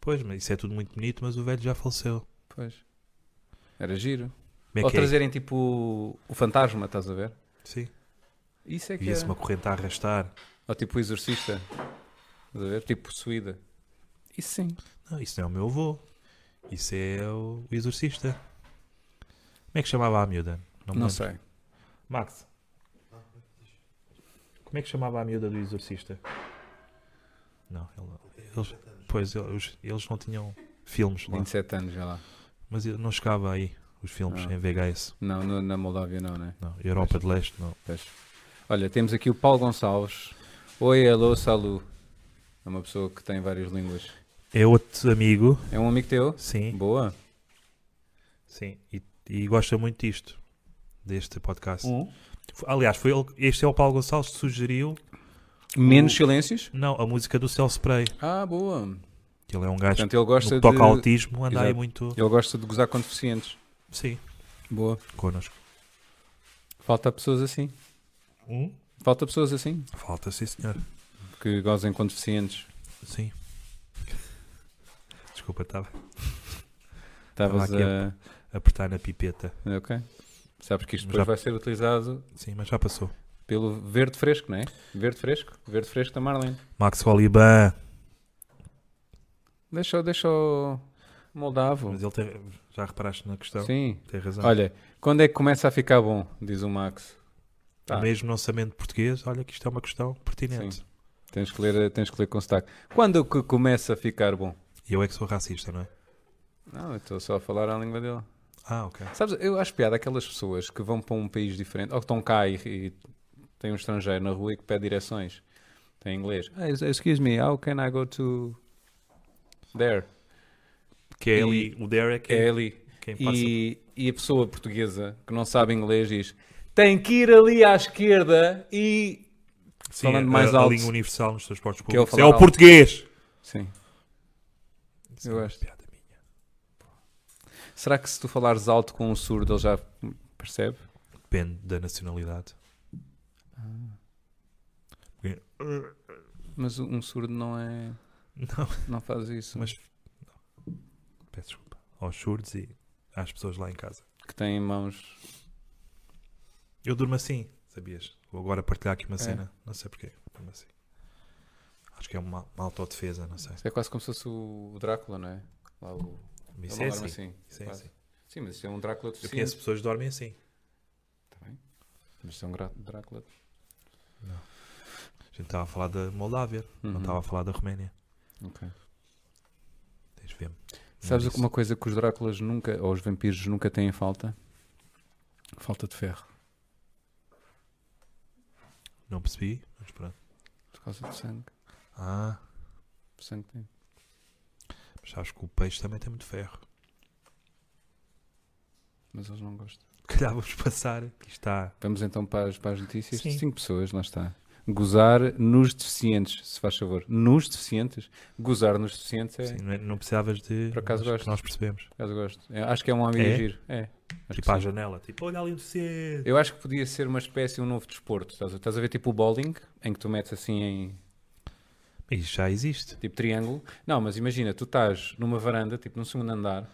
Speaker 2: Pois, mas isso é tudo muito bonito, mas o velho já faleceu.
Speaker 1: pois. Era giro.
Speaker 2: Como é
Speaker 1: Ou
Speaker 2: que é?
Speaker 1: trazerem tipo o fantasma, estás a ver?
Speaker 2: Sim.
Speaker 1: Isso é que
Speaker 2: Via-se
Speaker 1: era.
Speaker 2: uma corrente a arrastar.
Speaker 1: Ou tipo o exorcista, estás a ver? Tipo possuída. Isso sim.
Speaker 2: Não, isso não é o meu avô. Isso é o, o exorcista. Como é que chamava a miúda? me
Speaker 1: Não,
Speaker 2: lembro.
Speaker 1: sei.
Speaker 2: Max. Como é que chamava a miúda do exorcista? Não, ele- eles, pois eles, eles não tinham filmes lá.
Speaker 1: 27 anos já lá.
Speaker 2: Mas eu não chegava aí os filmes
Speaker 1: Ah.
Speaker 2: em VHS.
Speaker 1: Não, no- na Moldávia não, né?
Speaker 2: Não, Europa de Leste, não.
Speaker 1: Pois. Olha, temos aqui o Paulo Gonçalves. Oi, alô, salu. É uma pessoa que tem várias línguas.
Speaker 2: É outro amigo,
Speaker 1: É um amigo teu?
Speaker 2: sim,
Speaker 1: Boa.
Speaker 2: sim, e, e gosta muito disto, deste podcast.
Speaker 1: Um.
Speaker 2: Aliás, foi ele, este é o Paulo Gonçalves que sugeriu,
Speaker 1: Um. Menos
Speaker 2: O-
Speaker 1: silêncios?
Speaker 2: não, a música do Cell Spray.
Speaker 1: Ah, boa.
Speaker 2: que Ele é um gajo
Speaker 1: Portanto, ele
Speaker 2: que no
Speaker 1: gosta
Speaker 2: que toca ao
Speaker 1: de...
Speaker 2: autismo, anda aí
Speaker 1: Exato.
Speaker 2: muito,
Speaker 1: Ele gosta de gozar com deficientes.
Speaker 2: sim,
Speaker 1: Boa.
Speaker 2: connosco.
Speaker 1: Falta pessoas assim.
Speaker 2: Um?
Speaker 1: Falta pessoas assim.
Speaker 2: Falta, sim senhor.
Speaker 1: Que gozem com deficientes.
Speaker 2: Sim. Desculpa, estava
Speaker 1: Estavas
Speaker 2: Estava aqui
Speaker 1: a...
Speaker 2: a apertar na pipeta.
Speaker 1: Ok. Sabes que isto
Speaker 2: Mas
Speaker 1: depois
Speaker 2: já-
Speaker 1: vai ser utilizado
Speaker 2: Sim, mas já passou.
Speaker 1: pelo verde fresco, não é? Verde fresco? Verde fresco da Marlene.
Speaker 2: Maxwell Iban.
Speaker 1: Deixa, deixa o moldavo.
Speaker 2: Mas ele tem- já reparaste na questão?
Speaker 1: Sim.
Speaker 2: Tem razão.
Speaker 1: Olha, quando é que começa a ficar bom? Diz o Max. tá.
Speaker 2: Mesmo não sabendo português, olha que isto é uma questão pertinente.
Speaker 1: Tens que ler, tens que ler com sotaque. Quando é que começa a ficar bom?
Speaker 2: E eu é que sou racista, não é?
Speaker 1: Não, eu estou só a falar a língua dele.
Speaker 2: Ah, ok.
Speaker 1: Sabes, eu acho piada aquelas pessoas que vão para um país diferente, ou que estão cá e, e tem um estrangeiro na rua e que pede direções. Tem inglês. Ah, excuse me, how can I go to there?
Speaker 2: Que é
Speaker 1: E-
Speaker 2: ali, o Derek
Speaker 1: É
Speaker 2: é
Speaker 1: ali.
Speaker 2: quem passa.
Speaker 1: E, e a pessoa portuguesa que não sabe inglês diz: tem que ir ali à esquerda e.
Speaker 2: Sim,
Speaker 1: falando
Speaker 2: a-
Speaker 1: mais
Speaker 2: a,
Speaker 1: alto.
Speaker 2: língua universal nos transportes
Speaker 1: Que é o
Speaker 2: públicos.
Speaker 1: falar
Speaker 2: é o
Speaker 1: alto.
Speaker 2: português!
Speaker 1: Sim.
Speaker 2: Isso é uma
Speaker 1: gosto.
Speaker 2: piada minha.
Speaker 1: Será que se tu falares alto com um surdo ele já percebe?
Speaker 2: Depende da nacionalidade. Porque-
Speaker 1: Mas um surdo não é.
Speaker 2: Não,
Speaker 1: Não faz isso.
Speaker 2: mas. Peço desculpa. Aos surdos e às pessoas lá em casa.
Speaker 1: Que tem mãos.
Speaker 2: Eu durmo assim, sabias? Vou agora partilhar aqui uma cena. Não sei porquê. Durmo assim. Acho que é uma, uma autodefesa, não sei.
Speaker 1: É quase como se fosse o Drácula, não é? Lá o.
Speaker 2: Mas Isso
Speaker 1: ele
Speaker 2: é
Speaker 1: dorme
Speaker 2: assim. Isso
Speaker 1: assim,
Speaker 2: é
Speaker 1: quase.
Speaker 2: assim.
Speaker 1: Sim, mas isso é um Drácula
Speaker 2: Eu conheço
Speaker 1: deficiente.
Speaker 2: pessoas que dormem assim.
Speaker 1: Tá bem. Mas isso é um gra- Drácula.
Speaker 2: A gente estava a falar da Moldávia, não
Speaker 1: Uhum.
Speaker 2: estava a falar da Roménia.
Speaker 1: Ok.
Speaker 2: Tens de ver.
Speaker 1: Sabes
Speaker 2: Não disse.
Speaker 1: uma coisa que os Dráculas nunca, ou os vampiros nunca têm falta? Falta de ferro.
Speaker 2: Não percebi, mas pronto.
Speaker 1: Por causa do sangue.
Speaker 2: Ah,
Speaker 1: O sangue tem.
Speaker 2: mas sabes que o peixe também tem muito ferro. [laughs]
Speaker 1: Mas eles não gostam.
Speaker 2: Calhar vamos passar. Aqui está.
Speaker 1: Vamos então para as, para as notícias.
Speaker 2: Sim.
Speaker 1: Cinco pessoas, lá está. Gozar nos deficientes, se faz favor. Nos deficientes? Gozar nos deficientes é.
Speaker 2: Sim, não, é- não precisavas de.
Speaker 1: Por acaso
Speaker 2: mas
Speaker 1: gosto.
Speaker 2: Nós percebemos.
Speaker 1: Caso gosto. É, acho que é um homem
Speaker 2: É?
Speaker 1: giro. É. Acho que
Speaker 2: tipo à
Speaker 1: sim.
Speaker 2: janela, tipo, olha ali um deficiente.
Speaker 1: Eu acho que podia ser uma espécie, um novo desporto. Estás a, estás a ver tipo o bowling, em que tu metes assim em
Speaker 2: Isso já existe.
Speaker 1: tipo triângulo. Não, mas imagina, tu estás numa varanda, tipo num segundo andar,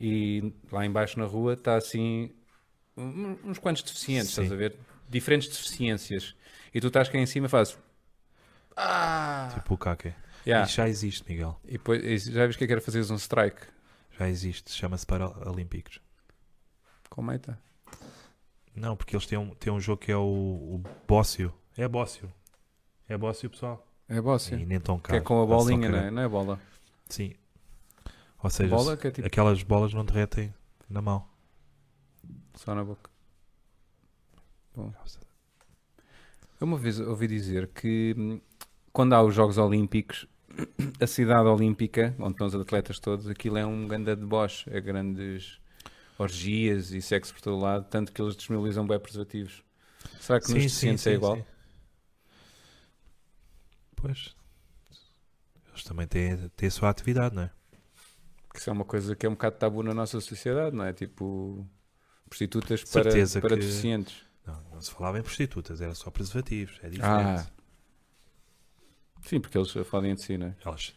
Speaker 1: e lá embaixo na rua está assim um- uns quantos deficientes,
Speaker 2: Sim.
Speaker 1: estás a ver? Diferentes deficiências. E tu estás cá em cima e fazes. Ah!
Speaker 2: Tipo o caca.
Speaker 1: Yeah.
Speaker 2: Isso já existe, Miguel.
Speaker 1: E depois, e já viste que é que era fazeres um strike?
Speaker 2: Já existe. Chama-se Paralímpicos.
Speaker 1: Com meita.
Speaker 2: Não, porque eles têm um, têm um jogo que é o, o Bócio. É Bócio. É Bócio, pessoal.
Speaker 1: É bócia.
Speaker 2: E nem tão
Speaker 1: Que
Speaker 2: caro.
Speaker 1: é com a
Speaker 2: Tá só
Speaker 1: bolinha, não é?
Speaker 2: querendo-
Speaker 1: Não é bola.
Speaker 2: Sim. Ou seja,
Speaker 1: bola
Speaker 2: se-
Speaker 1: que é tipo
Speaker 2: aquelas bolas não derretem na mão.
Speaker 1: só na boca. Eu uma vez ouvi dizer que hum, quando há os Jogos Olímpicos, [coughs] a cidade olímpica, onde estão os atletas todos, aquilo é um grande deboche, é grandes orgias e sexo por todo lado, tanto que eles desmilizam bem preservativos. Será que nos deficientes é igual?
Speaker 2: sim. Pois. Eles também têm, têm a sua atividade, não é?
Speaker 1: Que isso é uma coisa que é um bocado tabu na nossa sociedade, não é? Tipo, prostitutas para,
Speaker 2: Certeza
Speaker 1: para
Speaker 2: que-
Speaker 1: deficientes.
Speaker 2: Não, não se falava em prostitutas, era só preservativos. É diferente.
Speaker 1: Ah. Sim, porque eles falam de si, não é?
Speaker 2: Elas,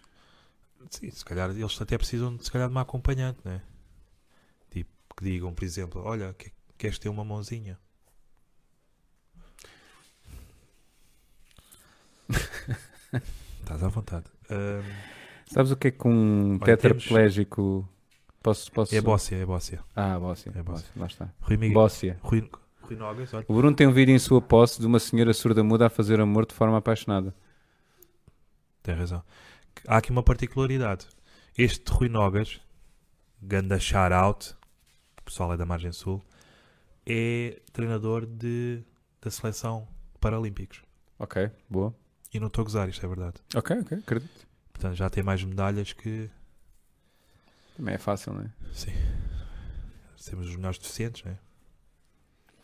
Speaker 2: sim, se calhar eles até precisam de, se calhar, de uma acompanhante, né? Tipo, que digam, por exemplo, olha, que- queres ter uma mãozinha? Estás à vontade. Ahm,
Speaker 1: Sabes o que é que um
Speaker 2: Olha,
Speaker 1: tetraplégico... Posso, posso...
Speaker 2: é Bóssia, é Bóssia.
Speaker 1: Ah, Bóssia.
Speaker 2: É Bóssia.
Speaker 1: Bóssia. Lá está.
Speaker 2: Rui Miguel.
Speaker 1: Bóssia.
Speaker 2: Rui, Rui Nogas, olha.
Speaker 1: O Bruno tem um vídeo em sua posse de uma senhora surda-muda a fazer amor de forma apaixonada.
Speaker 2: Tem razão. Que- Há aqui uma particularidade. Este Rui Nogas, ganda shout-out, o pessoal é da Margem Sul, é treinador de, da seleção Paralímpicos.
Speaker 1: Ok, boa.
Speaker 2: E não estou a gozar, isto é verdade.
Speaker 1: Ok, ok, acredito.
Speaker 2: Portanto, já tem mais medalhas que...
Speaker 1: Também é fácil, não é?
Speaker 2: Sim. Temos os melhores deficientes, não é?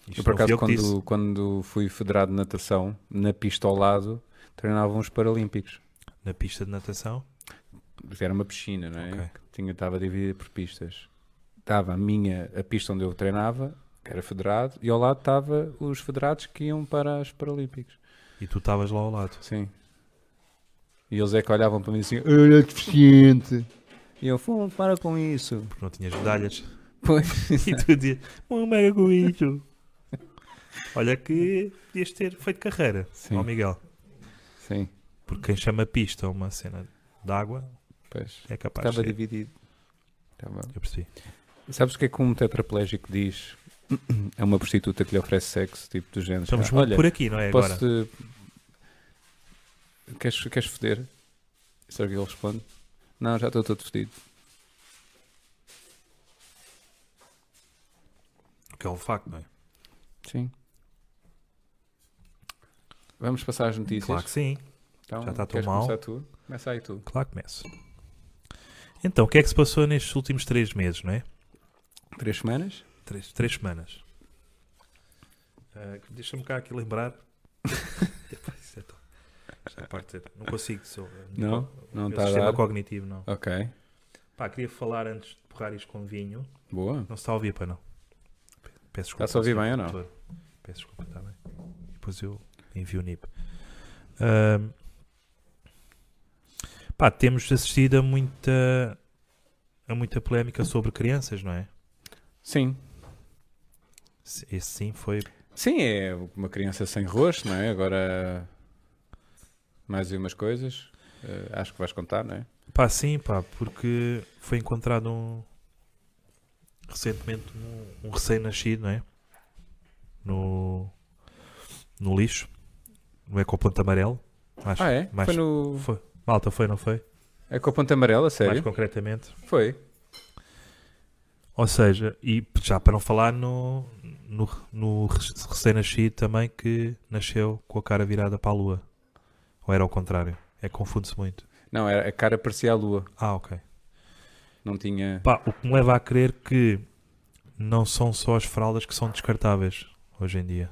Speaker 2: Isto
Speaker 1: Eu, por
Speaker 2: não fui
Speaker 1: acaso,
Speaker 2: eu que disse.
Speaker 1: quando, quando fui federado de natação, na pista ao lado, treinavam os Paralímpicos.
Speaker 2: Na pista de natação,
Speaker 1: Porque Era uma piscina, não é?
Speaker 2: Ok.
Speaker 1: Que tinha, estava dividida por pistas. Estava a minha, a pista onde eu treinava, que era federado, e ao lado estava os federados que iam para os Paralímpicos.
Speaker 2: e tu estavas lá ao lado.
Speaker 1: Sim. E eles é que olhavam para mim assim, olha deficiente. E eu, "Fogo, para com isso.
Speaker 2: Porque não tinhas medalhas.
Speaker 1: Pois.
Speaker 2: [laughs] E tu dizias, um mega coelho. Olha que podias ter feito carreira,
Speaker 1: Sim.
Speaker 2: ó Miguel.
Speaker 1: Sim,
Speaker 2: Porque quem chama pista a uma cena de água
Speaker 1: pois.
Speaker 2: é capaz
Speaker 1: Estava
Speaker 2: de ser.
Speaker 1: dividido. Tá bom.
Speaker 2: Eu percebi.
Speaker 1: Sabes o que é que um tetraplégico diz [clears throat] a uma prostituta que lhe oferece sexo, tipo do género?
Speaker 2: Estamos
Speaker 1: pá,
Speaker 2: muito
Speaker 1: Olha,
Speaker 2: por aqui, não é agora?
Speaker 1: posso-te... Queres, queres foder? Será que ele responde? Não, já estou todo fedido.
Speaker 2: O que é um facto, não é?
Speaker 1: Sim. Vamos passar às notícias.
Speaker 2: Claro que sim.
Speaker 1: Então,
Speaker 2: já está tão
Speaker 1: queres
Speaker 2: mal.
Speaker 1: começar tu? Começa aí tu.
Speaker 2: Claro que começo. Então, o que é que se passou nestes últimos três meses, não é?
Speaker 1: Três semanas?
Speaker 2: Três, três semanas. Ah, Deixa-me cá aqui [laughs] lembrar. Depois, então, esta parte, eu não consigo. Sou,
Speaker 1: Não? Não
Speaker 2: meu
Speaker 1: está a
Speaker 2: sistema
Speaker 1: dar? Ah.
Speaker 2: cognitivo, não.
Speaker 1: Ok.
Speaker 2: Pá, queria falar antes de borrar isto com vinho.
Speaker 1: Boa.
Speaker 2: Não se está a ouvir, pá, não. Pe- Peço desculpa.
Speaker 1: Está-se a ouvir
Speaker 2: senhor
Speaker 1: bem ou não?
Speaker 2: produtor. Peço desculpa, está bem. Depois eu envio o NIP. Ahm, Pá, temos assistido a muita... a muita polémica sobre crianças, não é?
Speaker 1: Sim.
Speaker 2: Se- Esse sim foi...
Speaker 1: Sim, é uma criança sem rosto, não é? Agora mais umas coisas. Eh, acho que vais contar, não é?
Speaker 2: Pá, sim, pá, porque foi encontrado um... Recentemente um, um recém-nascido, não é? No... No lixo. No ecoponto amarelo. Acho,
Speaker 1: ah, é?
Speaker 2: mais-
Speaker 1: Foi no.
Speaker 2: Foi. Malta, foi, não foi?
Speaker 1: É com a ponta amarela,
Speaker 2: Mais
Speaker 1: sério?
Speaker 2: concretamente.
Speaker 1: Foi.
Speaker 2: Ou seja, e já para não falar no, no, no recém-nascido também que nasceu com a cara virada para a lua. Ou era ao contrário? É que confunde-se muito.
Speaker 1: Não, era, a cara parecia a lua.
Speaker 2: Ah, ok.
Speaker 1: Não tinha.
Speaker 2: Pá, o que me leva a crer que não são só as fraldas que são descartáveis hoje em dia.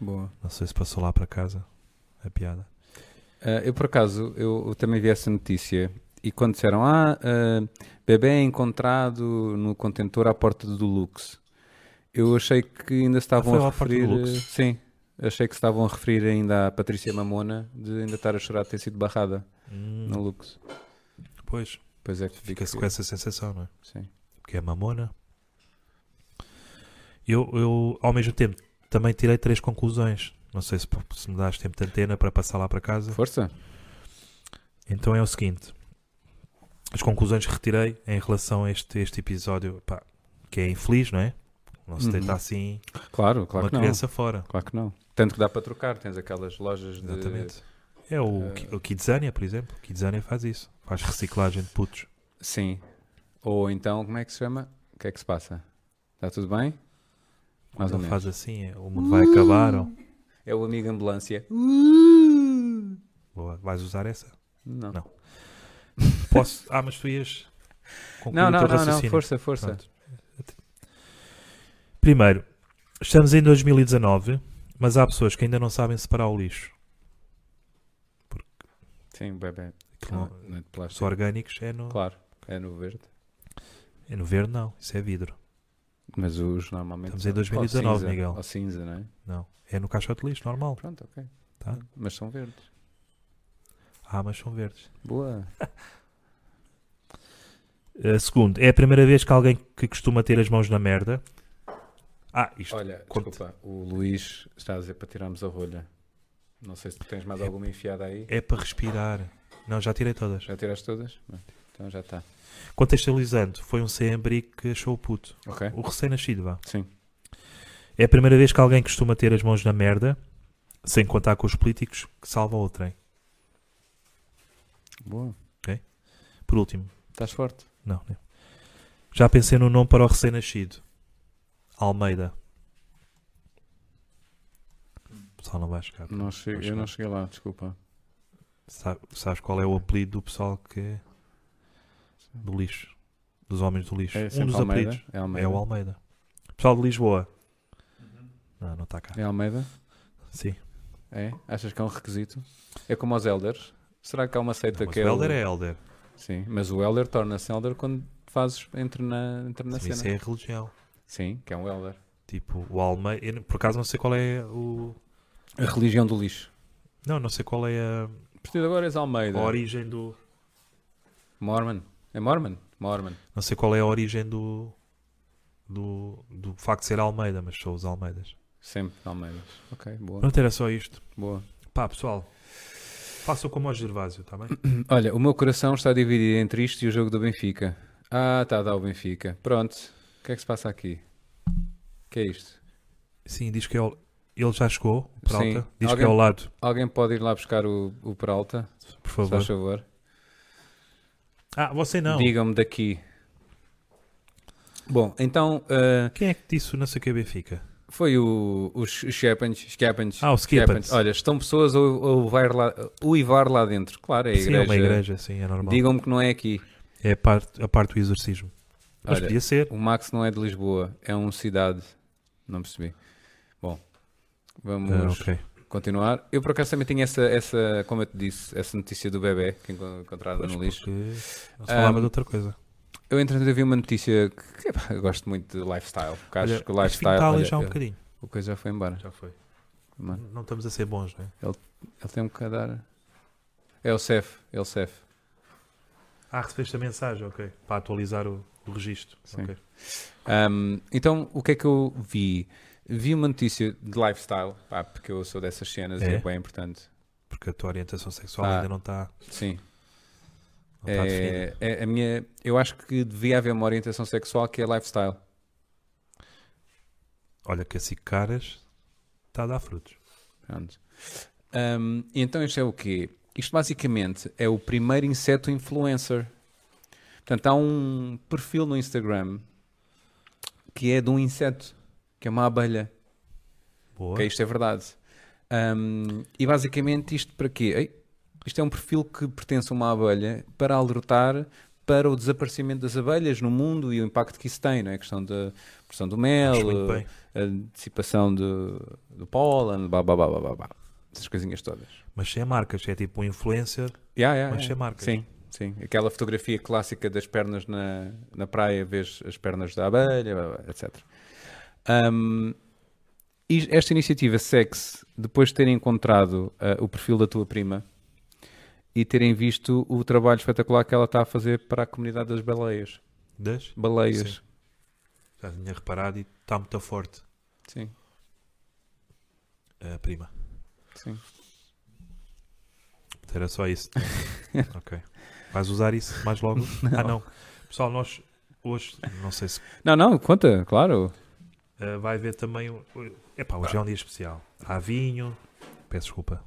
Speaker 1: Boa.
Speaker 2: Não sei se passou lá para casa a piada.
Speaker 1: Ah, eu, por acaso, eu, eu também vi essa notícia. E quando disseram, ah, ah, bebê é encontrado no contentor à porta do Lux, eu achei que ainda se estavam
Speaker 2: Ah, foi
Speaker 1: a
Speaker 2: à porta do
Speaker 1: referir.
Speaker 2: Lux?
Speaker 1: eh, Sim, achei que se estavam a referir ainda à Patrícia Mamona de ainda estar a chorar de ter sido barrada
Speaker 2: Hum,
Speaker 1: no Lux.
Speaker 2: pois,
Speaker 1: Pois é que
Speaker 2: fica-se
Speaker 1: fica-
Speaker 2: com essa sensação, não é?
Speaker 1: Sim.
Speaker 2: que é mamona. Eu, eu, ao mesmo tempo, também tirei três conclusões. Não sei se, se me dás tempo de antena para passar lá para casa.
Speaker 1: Força?
Speaker 2: Então é o seguinte: as conclusões que retirei em relação a este, este episódio, pá, que é infeliz, não é? Não se
Speaker 1: Uhum.
Speaker 2: deita assim
Speaker 1: Claro, claro
Speaker 2: uma
Speaker 1: que não.
Speaker 2: criança fora.
Speaker 1: Claro que não. Tanto que dá para trocar, tens aquelas lojas de.
Speaker 2: Exatamente. É
Speaker 1: Eh,
Speaker 2: o, Ki- o Kidzania, por exemplo. O Kidzania faz isso. Faz reciclagem de putos.
Speaker 1: Sim. Ou então, como é que se chama? O que é que se passa? Está tudo bem? Mais ou
Speaker 2: Ele
Speaker 1: menos.
Speaker 2: faz assim, é, o mundo vai acabar. ou-
Speaker 1: É o amigo ambulância.
Speaker 2: Boa. Vais usar essa?
Speaker 1: Não.
Speaker 2: Não. Posso? Ah, mas tu ias. concluir
Speaker 1: Não,
Speaker 2: o
Speaker 1: não,
Speaker 2: teu
Speaker 1: não, não,
Speaker 2: Um raciocínio.
Speaker 1: força, força.
Speaker 2: Pronto. Primeiro, estamos em 2019, mas há pessoas que ainda não sabem separar o lixo.
Speaker 1: Sim, bebê.
Speaker 2: Que
Speaker 1: Não,
Speaker 2: não-
Speaker 1: não é de
Speaker 2: Só
Speaker 1: plástico.
Speaker 2: orgânicos é no,
Speaker 1: Claro, é no verde.
Speaker 2: é no verde, não. Isso é vidro.
Speaker 1: Mas os normalmente.
Speaker 2: Estamos em
Speaker 1: são-
Speaker 2: 2019,
Speaker 1: ou cinza,
Speaker 2: Miguel.
Speaker 1: Ou cinza, não é?
Speaker 2: Não. É no caixote de lixo, normal.
Speaker 1: Pronto, ok.
Speaker 2: Tá.
Speaker 1: Mas são verdes.
Speaker 2: Ah, mas são verdes.
Speaker 1: Boa.
Speaker 2: Uh, segundo, é a primeira vez que alguém que costuma ter as mãos na merda. Ah, isto.
Speaker 1: Olha,
Speaker 2: Conte.
Speaker 1: desculpa, o Luís está a dizer para tirarmos a rolha. Não sei se tu tens mais alguma enfiada aí.
Speaker 2: É para respirar. Não, já tirei todas.
Speaker 1: Já tiraste todas? Pronto, Então já está.
Speaker 2: Contextualizando, foi um CMBRI que achou o puto.
Speaker 1: Ok?
Speaker 2: O recém-nascido, vá.
Speaker 1: Sim.
Speaker 2: É a primeira vez que alguém costuma ter as mãos na merda, sem contar com os políticos, que salva o trem.
Speaker 1: Boa.
Speaker 2: Por último,
Speaker 1: Estás forte.
Speaker 2: não, né? Já pensei no nome para o recém-nascido. Almeida. O pessoal não vai chegar.
Speaker 1: Não che-
Speaker 2: Acho
Speaker 1: eu não
Speaker 2: que-
Speaker 1: cheguei lá, desculpa.
Speaker 2: Sa- sabes qual é o apelido do pessoal que. é? do lixo. Dos homens do lixo.
Speaker 1: É
Speaker 2: um
Speaker 1: sempre
Speaker 2: dos
Speaker 1: Almeida?
Speaker 2: apelidos
Speaker 1: É Almeida.
Speaker 2: é o Almeida. Pessoal de Lisboa.
Speaker 1: Uhum.
Speaker 2: Não, não está cá.
Speaker 1: É Almeida?
Speaker 2: Sim.
Speaker 1: É? Achas que é um requisito? É como aos Elders? Será que há uma seita
Speaker 2: Não, mas
Speaker 1: que
Speaker 2: o
Speaker 1: é.
Speaker 2: Helder
Speaker 1: o...
Speaker 2: é Helder.
Speaker 1: Sim, mas o Elder torna-se Elder quando fazes. entra na, entra na
Speaker 2: Sim,
Speaker 1: cena.
Speaker 2: Isso é a religião.
Speaker 1: Sim, que é um Elder.
Speaker 2: Tipo, o Almeida. eu não- por acaso não sei qual é o.
Speaker 1: A religião do lixo.
Speaker 2: Não, não sei qual é a,
Speaker 1: A partir de agora és Almeida.
Speaker 2: a origem do.
Speaker 1: Mormon. É Mormon? Mormon.
Speaker 2: Não sei qual é a origem do. do, do facto de ser Almeida, mas sou os Almeidas.
Speaker 1: Sempre Almeidas. Ok, boa.
Speaker 2: Pronto, era só isto.
Speaker 1: boa.
Speaker 2: Pá, pessoal. Façam como o Gervásio, está bem?
Speaker 1: Olha, o meu coração está dividido entre isto e o jogo do Benfica. Ah, está a dar o Benfica. Pronto. O que é que se passa aqui? O que é isto?
Speaker 2: Sim, diz que é ao... ele já chegou, o Peralta.
Speaker 1: Sim.
Speaker 2: Diz
Speaker 1: Alguém-
Speaker 2: que é ao lado,
Speaker 1: Alguém pode ir lá buscar o, o Peralta?
Speaker 2: por
Speaker 1: Se
Speaker 2: favor.
Speaker 1: faz favor.
Speaker 2: Ah, você não.
Speaker 1: Digam-me daqui. Bom, então ah,
Speaker 2: Quem é que disse o não sei o que Benfica?
Speaker 1: foi o, o Shepens.
Speaker 2: Ah, o Skippens.
Speaker 1: Olha, estão pessoas a, a uivar lá, a uivar lá dentro. Claro, é a
Speaker 2: Sim, é
Speaker 1: igreja.
Speaker 2: uma igreja, sim, é normal.
Speaker 1: Digam-me que não é aqui.
Speaker 2: É a parte, a parte do exorcismo. Mas
Speaker 1: Olha,
Speaker 2: podia ser.
Speaker 1: O Max não é de Lisboa, é uma cidade. Não percebi. Bom, vamos
Speaker 2: Ah, ok.
Speaker 1: continuar. Eu por acaso também tinha essa, essa, como eu te disse, essa notícia do bebê que enco- encontrada
Speaker 2: Pois,
Speaker 1: no lixo.
Speaker 2: porque Não se falava
Speaker 1: Ahm,
Speaker 2: de outra coisa.
Speaker 1: Eu entretanto vi uma notícia que [laughs] epá, eu gosto muito de lifestyle. Porque acho que
Speaker 2: Olha, este fim
Speaker 1: lifestyle.
Speaker 2: de tal
Speaker 1: olha,
Speaker 2: já um
Speaker 1: eu-
Speaker 2: bocadinho.
Speaker 1: o coisa já foi embora.
Speaker 2: Já foi.
Speaker 1: Mano,
Speaker 2: Não estamos a ser bons, não é?
Speaker 1: ele tem um bocado a dar. É o Cef, é o Cef.
Speaker 2: Ah, recebeste a mensagem, ok. Para atualizar o, o registro.
Speaker 1: Sim.
Speaker 2: ok.
Speaker 1: Um, então, o que é que eu vi? Vi uma notícia de lifestyle, pá, porque eu sou dessas cenas e
Speaker 2: É?
Speaker 1: é bem importante.
Speaker 2: Porque a tua orientação sexual
Speaker 1: Ah.
Speaker 2: ainda não está
Speaker 1: Sim.
Speaker 2: não está definida.
Speaker 1: É, é a minha, eu acho que devia haver uma orientação sexual que é lifestyle.
Speaker 2: Olha, que assim caras está a dar frutos.
Speaker 1: Pronto. Hum, e então isto é o quê? Isto basicamente é o primeiro inseto influencer. Portanto, há um perfil no Instagram que é de um inseto, que é uma abelha.
Speaker 2: Boa.
Speaker 1: Ok, isto é verdade. Hum, e basicamente isto para quê? Ei, isto é um perfil que pertence a uma abelha para alertar para o desaparecimento das abelhas no mundo e o impacto que isso tem, não é? A questão da produção do mel,
Speaker 2: Acho muito bem.
Speaker 1: a dissipação do, do pólen, blá blá blá blá blá. blá. Essas coisinhas todas.
Speaker 2: Mas sem marcas, é tipo um influencer.
Speaker 1: Yeah, yeah,
Speaker 2: Mas
Speaker 1: yeah.
Speaker 2: sem marcas. né?
Speaker 1: Sim, sim. Aquela fotografia clássica das pernas na, na praia, vês as pernas da abelha, blá, blá, etc. Ahm, e esta iniciativa segue-se depois de terem encontrado ah, o perfil da tua prima e terem visto o trabalho espetacular que ela está a fazer para a comunidade das baleias.
Speaker 2: Das?
Speaker 1: Baleias.
Speaker 2: Sim. Já tinha reparado e está muito forte
Speaker 1: Sim,
Speaker 2: a prima.
Speaker 1: sim.
Speaker 2: Era só isso. ok. Vais usar isso mais logo? Ah, não. Pessoal, nós hoje, não sei se
Speaker 1: Não, não, conta, claro.
Speaker 2: eh, vai haver também. um- Epá, hoje é um dia especial. Há vinho. Peço desculpa.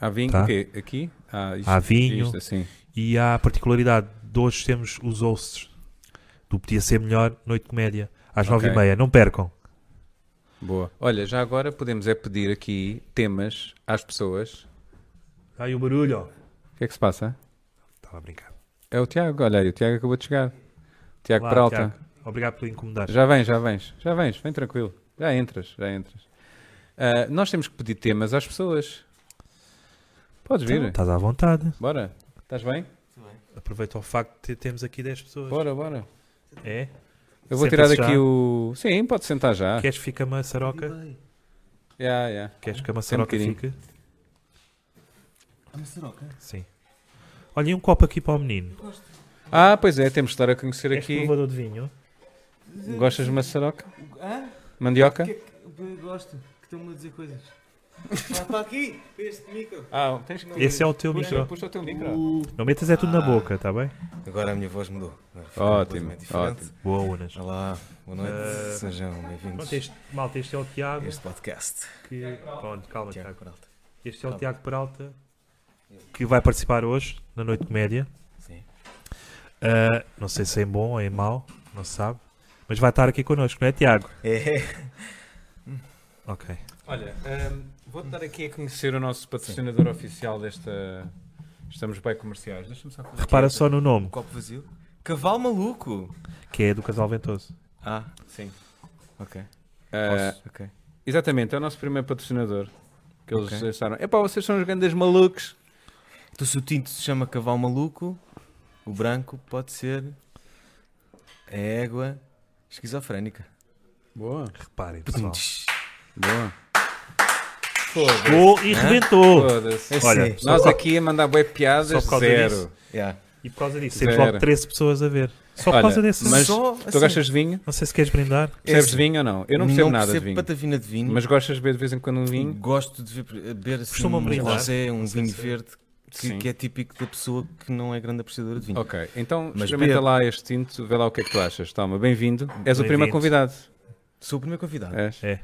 Speaker 1: Há vinho,
Speaker 2: Tá.
Speaker 1: o quê? Aqui? Ah, isto,
Speaker 2: Há vinho.
Speaker 1: isto, assim.
Speaker 2: E há a particularidade de hoje temos os hosts do Podia Ser Melhor, Noite de Comédia, às
Speaker 1: Ok.
Speaker 2: nove e meia. Não percam.
Speaker 1: Boa. Olha, já agora podemos é pedir aqui temas às pessoas.
Speaker 2: Ai, o barulho.
Speaker 1: O que é que se passa?
Speaker 2: Estava a brincar.
Speaker 1: É o Tiago, olha aí, o Tiago acabou de chegar. Tiago
Speaker 2: Olá,
Speaker 1: Peralta.
Speaker 2: Tiago. Obrigado por incomodar.
Speaker 1: Já vens, já vens, já vens, vem tranquilo. Já entras, já entras. Ah, nós temos que pedir temas às pessoas. Podes vir,
Speaker 2: Estás à vontade.
Speaker 1: bora. Estás bem?
Speaker 2: Aproveita o facto de te- termos aqui 10 pessoas.
Speaker 1: Bora, bora.
Speaker 2: É?
Speaker 1: Eu vou
Speaker 2: Sentas
Speaker 1: tirar daqui
Speaker 2: já?
Speaker 1: o. Sim, pode sentar já.
Speaker 2: Queres que fique a maçaroca?
Speaker 1: Já, já.
Speaker 2: Queres que a maçaroca
Speaker 1: bocadinho.
Speaker 2: fique?
Speaker 3: A maçaroca?
Speaker 2: Sim. Olha, e um copo aqui para o menino.
Speaker 1: Ah, pois é, temos de estar a conhecer
Speaker 2: És
Speaker 1: aqui.
Speaker 2: provador de vinho?
Speaker 1: Gostas de maçaroca?
Speaker 3: Hã?
Speaker 1: Mandioca?
Speaker 3: Que é que eu gosto? Que estão-me a dizer coisas. Está aqui, para este micro.
Speaker 1: Ah, tens que.
Speaker 2: Esse é o teu
Speaker 1: puxa,
Speaker 2: micro.
Speaker 1: puxa o teu micro.
Speaker 2: Não metas é tudo
Speaker 3: Ah.
Speaker 2: na boca, está bem?
Speaker 3: Agora a minha voz mudou. Agora ficou
Speaker 1: Ótimo,
Speaker 3: completamente é diferente.
Speaker 1: ótimo.
Speaker 2: Boa, Unas.
Speaker 3: Olá, boa noite,
Speaker 2: Eh,
Speaker 3: sejam bem-vindos
Speaker 2: Pronto, este, malta, este é o
Speaker 3: a
Speaker 2: Tiago.
Speaker 3: este podcast.
Speaker 2: Que... Pronto, calma,
Speaker 3: Tiago
Speaker 2: Tiago.
Speaker 3: Peralta.
Speaker 2: Este é o
Speaker 3: Calma.
Speaker 2: Tiago Peralta que vai participar hoje na Noite de Comédia.
Speaker 3: Sim.
Speaker 2: Ah, não sei se é em bom ou em mau, não se sabe. Mas vai estar aqui connosco, não é, Tiago?
Speaker 3: É.
Speaker 2: Ok.
Speaker 1: Olha, hum, vou-te dar aqui a conhecer o nosso patrocinador oficial desta. Estamos bem comerciais. Deixa-me só fazer.
Speaker 2: Repara só no nome,
Speaker 3: um Copo vazio. Cavalo maluco.
Speaker 2: que é do Casal Ventoso.
Speaker 3: Ah, sim. Ok.
Speaker 1: Ah,
Speaker 3: Posso? Ok.
Speaker 1: Exatamente, é o nosso primeiro patrocinador. Que eles
Speaker 3: Ok.
Speaker 1: acharam. Epá, vocês são os grandes malucos.
Speaker 3: Então se o tinto se chama cavalo maluco, o branco pode ser a égua esquizofrénica.
Speaker 1: Boa,
Speaker 2: Reparem, pessoal.
Speaker 1: boa.
Speaker 2: Gol e
Speaker 3: Hã?
Speaker 2: rebentou!
Speaker 1: Foda-se.
Speaker 3: É
Speaker 2: Olha,
Speaker 3: sim.
Speaker 2: só
Speaker 1: Nós
Speaker 2: por-
Speaker 1: aqui a mandar bué
Speaker 2: Só
Speaker 1: piadas,
Speaker 2: por causa
Speaker 1: zero.
Speaker 2: disso.
Speaker 3: Yeah.
Speaker 2: E por causa disso, temos
Speaker 1: Zero.
Speaker 2: logo 13 pessoas a ver. Só por
Speaker 1: Olha,
Speaker 2: causa desse.
Speaker 1: Mas
Speaker 3: Só
Speaker 1: Tu
Speaker 3: assim.
Speaker 1: gostas de vinho?
Speaker 2: Não sei se queres brindar.
Speaker 1: Percebes
Speaker 3: Esse-
Speaker 1: de vinho ou não? Eu não percebo nada de
Speaker 3: percebo
Speaker 1: vinho.
Speaker 3: patavina de vinho.
Speaker 1: Mas gostas de beber de vez em quando um vinho?
Speaker 3: Gosto de ver- beber assim,
Speaker 2: Costuma
Speaker 3: um
Speaker 2: brindar?
Speaker 3: rosé, um vinho verde,
Speaker 1: Sim.
Speaker 3: que, que é típico da pessoa que não é grande apreciadora de vinho.
Speaker 1: Ok, então
Speaker 3: Mas
Speaker 1: experimenta
Speaker 3: bebe.
Speaker 1: lá este tinto, vê lá o que é que tu achas. Toma, bem-vindo. És o primeiro
Speaker 2: Bem-vindo.
Speaker 1: convidado.
Speaker 3: Sou o primeiro convidado.
Speaker 1: És.
Speaker 3: Pá,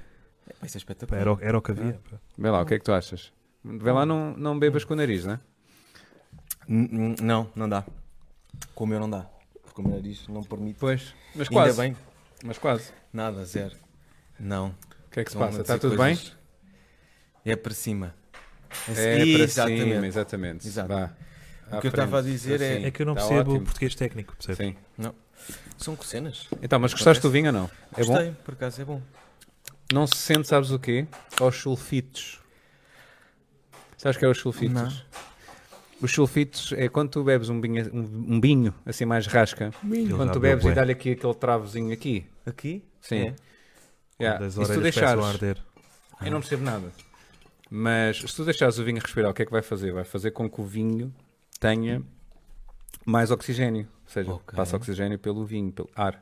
Speaker 3: Isso
Speaker 2: Pá,
Speaker 3: é espetacular.
Speaker 2: Era, o- era o que havia. pá.
Speaker 1: Vê lá, o que é que tu achas? Vê lá, não, não bebas com o nariz, né?
Speaker 3: N- n- Hum, Não, não dá. Com o meu não dá. Porque o meu nariz não permite.
Speaker 1: Pois, mas
Speaker 3: Ainda
Speaker 1: quase.
Speaker 3: bem.
Speaker 1: Mas quase.
Speaker 3: Nada, zero. Não.
Speaker 1: O que é que se
Speaker 3: Estão-me
Speaker 1: passa?
Speaker 3: a
Speaker 1: Está
Speaker 3: dizer
Speaker 1: tudo bem?
Speaker 3: coisas- É para cima. assim,
Speaker 1: É para
Speaker 3: Exatamente.
Speaker 1: cima, exatamente.
Speaker 3: Exato.
Speaker 1: Vá.
Speaker 3: eu
Speaker 1: À frente,
Speaker 3: estava a dizer é-
Speaker 1: assim.
Speaker 2: É que eu não
Speaker 1: Tá
Speaker 2: percebo o
Speaker 1: ótimo.
Speaker 2: português técnico, percebes?
Speaker 1: Sim.
Speaker 3: São cenas.
Speaker 1: Então, mas gostaste do
Speaker 3: Acontece.
Speaker 1: vinho ou não? É bom? Tá
Speaker 3: Gostei, por acaso é bom.
Speaker 1: Não se sente, sabes o quê? Aos sulfitos. Sabes o que é os sulfitos?
Speaker 3: Não.
Speaker 1: Os sulfitos é quando tu bebes um vinho, um, um vinho assim mais rasca,
Speaker 3: Um
Speaker 2: Ele
Speaker 1: quando
Speaker 2: já
Speaker 1: tu
Speaker 2: bebeu
Speaker 1: bebes e
Speaker 2: bué.
Speaker 1: dá-lhe aqui aquele travozinho aqui.
Speaker 3: Aqui?
Speaker 1: Sim.
Speaker 3: É.
Speaker 1: Yeah.
Speaker 2: Das
Speaker 1: E se tu
Speaker 2: orelhas começam a
Speaker 1: deixares,
Speaker 2: arder.
Speaker 1: eu não percebo nada. Mas se tu deixares o vinho respirar, o que é que vai fazer? Vai fazer com que o vinho tenha mais oxigênio. Ou seja,
Speaker 3: Ok.
Speaker 1: passa oxigênio pelo vinho, pelo ar. Por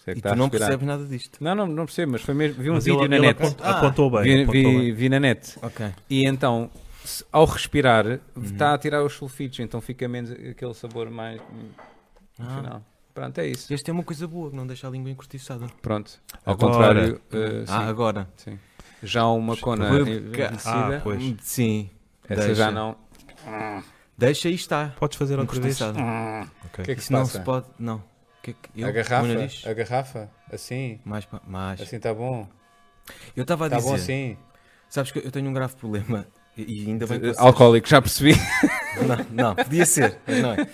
Speaker 1: isso é que
Speaker 3: E
Speaker 1: está a
Speaker 3: tu não
Speaker 1: respirar.
Speaker 3: percebes nada disto.
Speaker 1: Não, não, não percebo, mas foi mesmo. Vi um
Speaker 2: Mas
Speaker 1: vídeo
Speaker 2: ele,
Speaker 1: na
Speaker 2: ele
Speaker 1: net.
Speaker 2: apontou,
Speaker 3: Ah,
Speaker 2: apontou bem.
Speaker 1: vi,
Speaker 2: apontou
Speaker 1: vi-
Speaker 2: bem. Uhum.
Speaker 1: vi na net.
Speaker 3: Ok.
Speaker 1: E então, se- ao respirar, está a tirar os sulfitos, então fica menos aquele sabor mais. hum, no
Speaker 3: Ah.
Speaker 1: final. Pronto, é isso.
Speaker 3: Este é uma coisa boa, que não deixa a língua encurtiçada.
Speaker 1: Pronto. Ao
Speaker 2: Agora.
Speaker 1: contrário, eh, sim,
Speaker 3: Ah, agora.
Speaker 1: sim. já uma cona
Speaker 3: Vou-
Speaker 1: envelhecida,
Speaker 2: Ah, pois.
Speaker 3: Hum, Sim.
Speaker 1: essa já não.
Speaker 3: Deixa e está.
Speaker 2: Podes fazer outra vez?
Speaker 3: Encurtiçada.
Speaker 1: O que é que se
Speaker 3: Isso não
Speaker 1: passa?
Speaker 3: se pode. Não. O Que é que eu,
Speaker 1: a
Speaker 3: o
Speaker 1: garrafa?
Speaker 3: nariz?
Speaker 1: A garrafa? Assim?
Speaker 3: Mais, pa- mais.
Speaker 1: Assim está bom?
Speaker 3: eu estava a
Speaker 1: Está
Speaker 3: dizer.
Speaker 1: bom assim?
Speaker 3: Sabes que eu tenho um grave problema. E e ainda bem que
Speaker 1: Eh,
Speaker 3: vocês...
Speaker 1: Alcoólico, já percebi.
Speaker 3: Não, não,
Speaker 2: [laughs]
Speaker 3: podia ser, mas não é. Ainda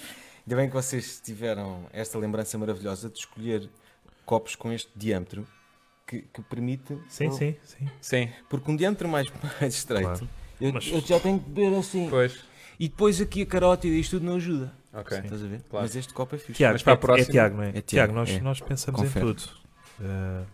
Speaker 3: bem que vocês tiveram esta lembrança maravilhosa de escolher copos com este diâmetro que, que permite.
Speaker 2: Sim, sim, sim.
Speaker 1: Sim,
Speaker 3: Porque um diâmetro mais, [laughs] mais estreito.
Speaker 2: Claro.
Speaker 3: Eu,
Speaker 2: Mas-
Speaker 3: eu já tenho que beber assim.
Speaker 1: pois.
Speaker 3: E depois aqui a carótida, isto tudo não ajuda.
Speaker 1: Ok.
Speaker 3: Estás a ver?
Speaker 1: Claro.
Speaker 3: Mas este copo é fixe.
Speaker 2: Tiago,
Speaker 1: Mas para a
Speaker 2: é- é,
Speaker 1: próxima-
Speaker 2: Tiago, não é?
Speaker 3: É Tiago,
Speaker 2: Tiago, nós,
Speaker 3: é.
Speaker 2: nós pensamos
Speaker 3: Confere.
Speaker 2: em tudo. Uh,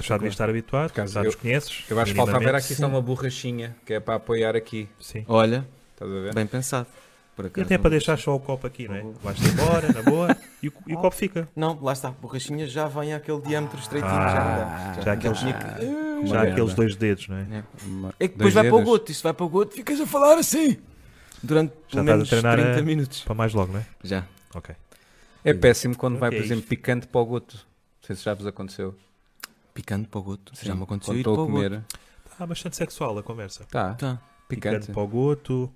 Speaker 2: já devias estar habituado,
Speaker 1: acaso,
Speaker 2: já nos
Speaker 1: eu-
Speaker 2: conheces.
Speaker 1: Eu acho que faltava era
Speaker 2: minimamente.
Speaker 1: aqui só uma borrachinha, que é para apoiar aqui.
Speaker 2: Sim.
Speaker 3: Olha,
Speaker 1: Estás a ver?
Speaker 3: bem pensado. Por
Speaker 2: E
Speaker 3: acaso,
Speaker 2: até
Speaker 3: não
Speaker 2: para
Speaker 3: vou
Speaker 2: deixar só o copo aqui, não é? Vais-te embora, na boa, e o, e o copo fica.
Speaker 3: Não, lá está, a borrachinha já vem àquele diâmetro estreitinho, já não
Speaker 2: Ah,
Speaker 3: dá. Já,
Speaker 2: já
Speaker 3: não
Speaker 2: aqueles-
Speaker 3: tinha que-
Speaker 2: Já há aqueles dois dedos, não é?
Speaker 1: Uma-
Speaker 3: É que
Speaker 1: dois
Speaker 3: depois vai para o
Speaker 1: dedos.
Speaker 3: goto, isso vai para o goto, ficas a falar assim. Durante
Speaker 2: Já estás
Speaker 3: pelo
Speaker 2: a
Speaker 3: menos
Speaker 2: treinar a-
Speaker 3: 30 minutos.
Speaker 2: Para mais logo, não é?
Speaker 3: Já.
Speaker 2: Ok.
Speaker 1: É péssimo quando vai,
Speaker 2: É
Speaker 1: por
Speaker 2: isto.
Speaker 1: exemplo, picante para o goto. Não sei se já vos aconteceu.
Speaker 3: Picante para o goto. Já me aconteceu
Speaker 1: Quando
Speaker 3: ir para
Speaker 1: estou
Speaker 3: o
Speaker 1: a
Speaker 3: goto.
Speaker 1: comer.
Speaker 2: Está bastante sexual a conversa.
Speaker 1: Tá,
Speaker 3: Tá.
Speaker 1: picante.
Speaker 2: Picante para o goto,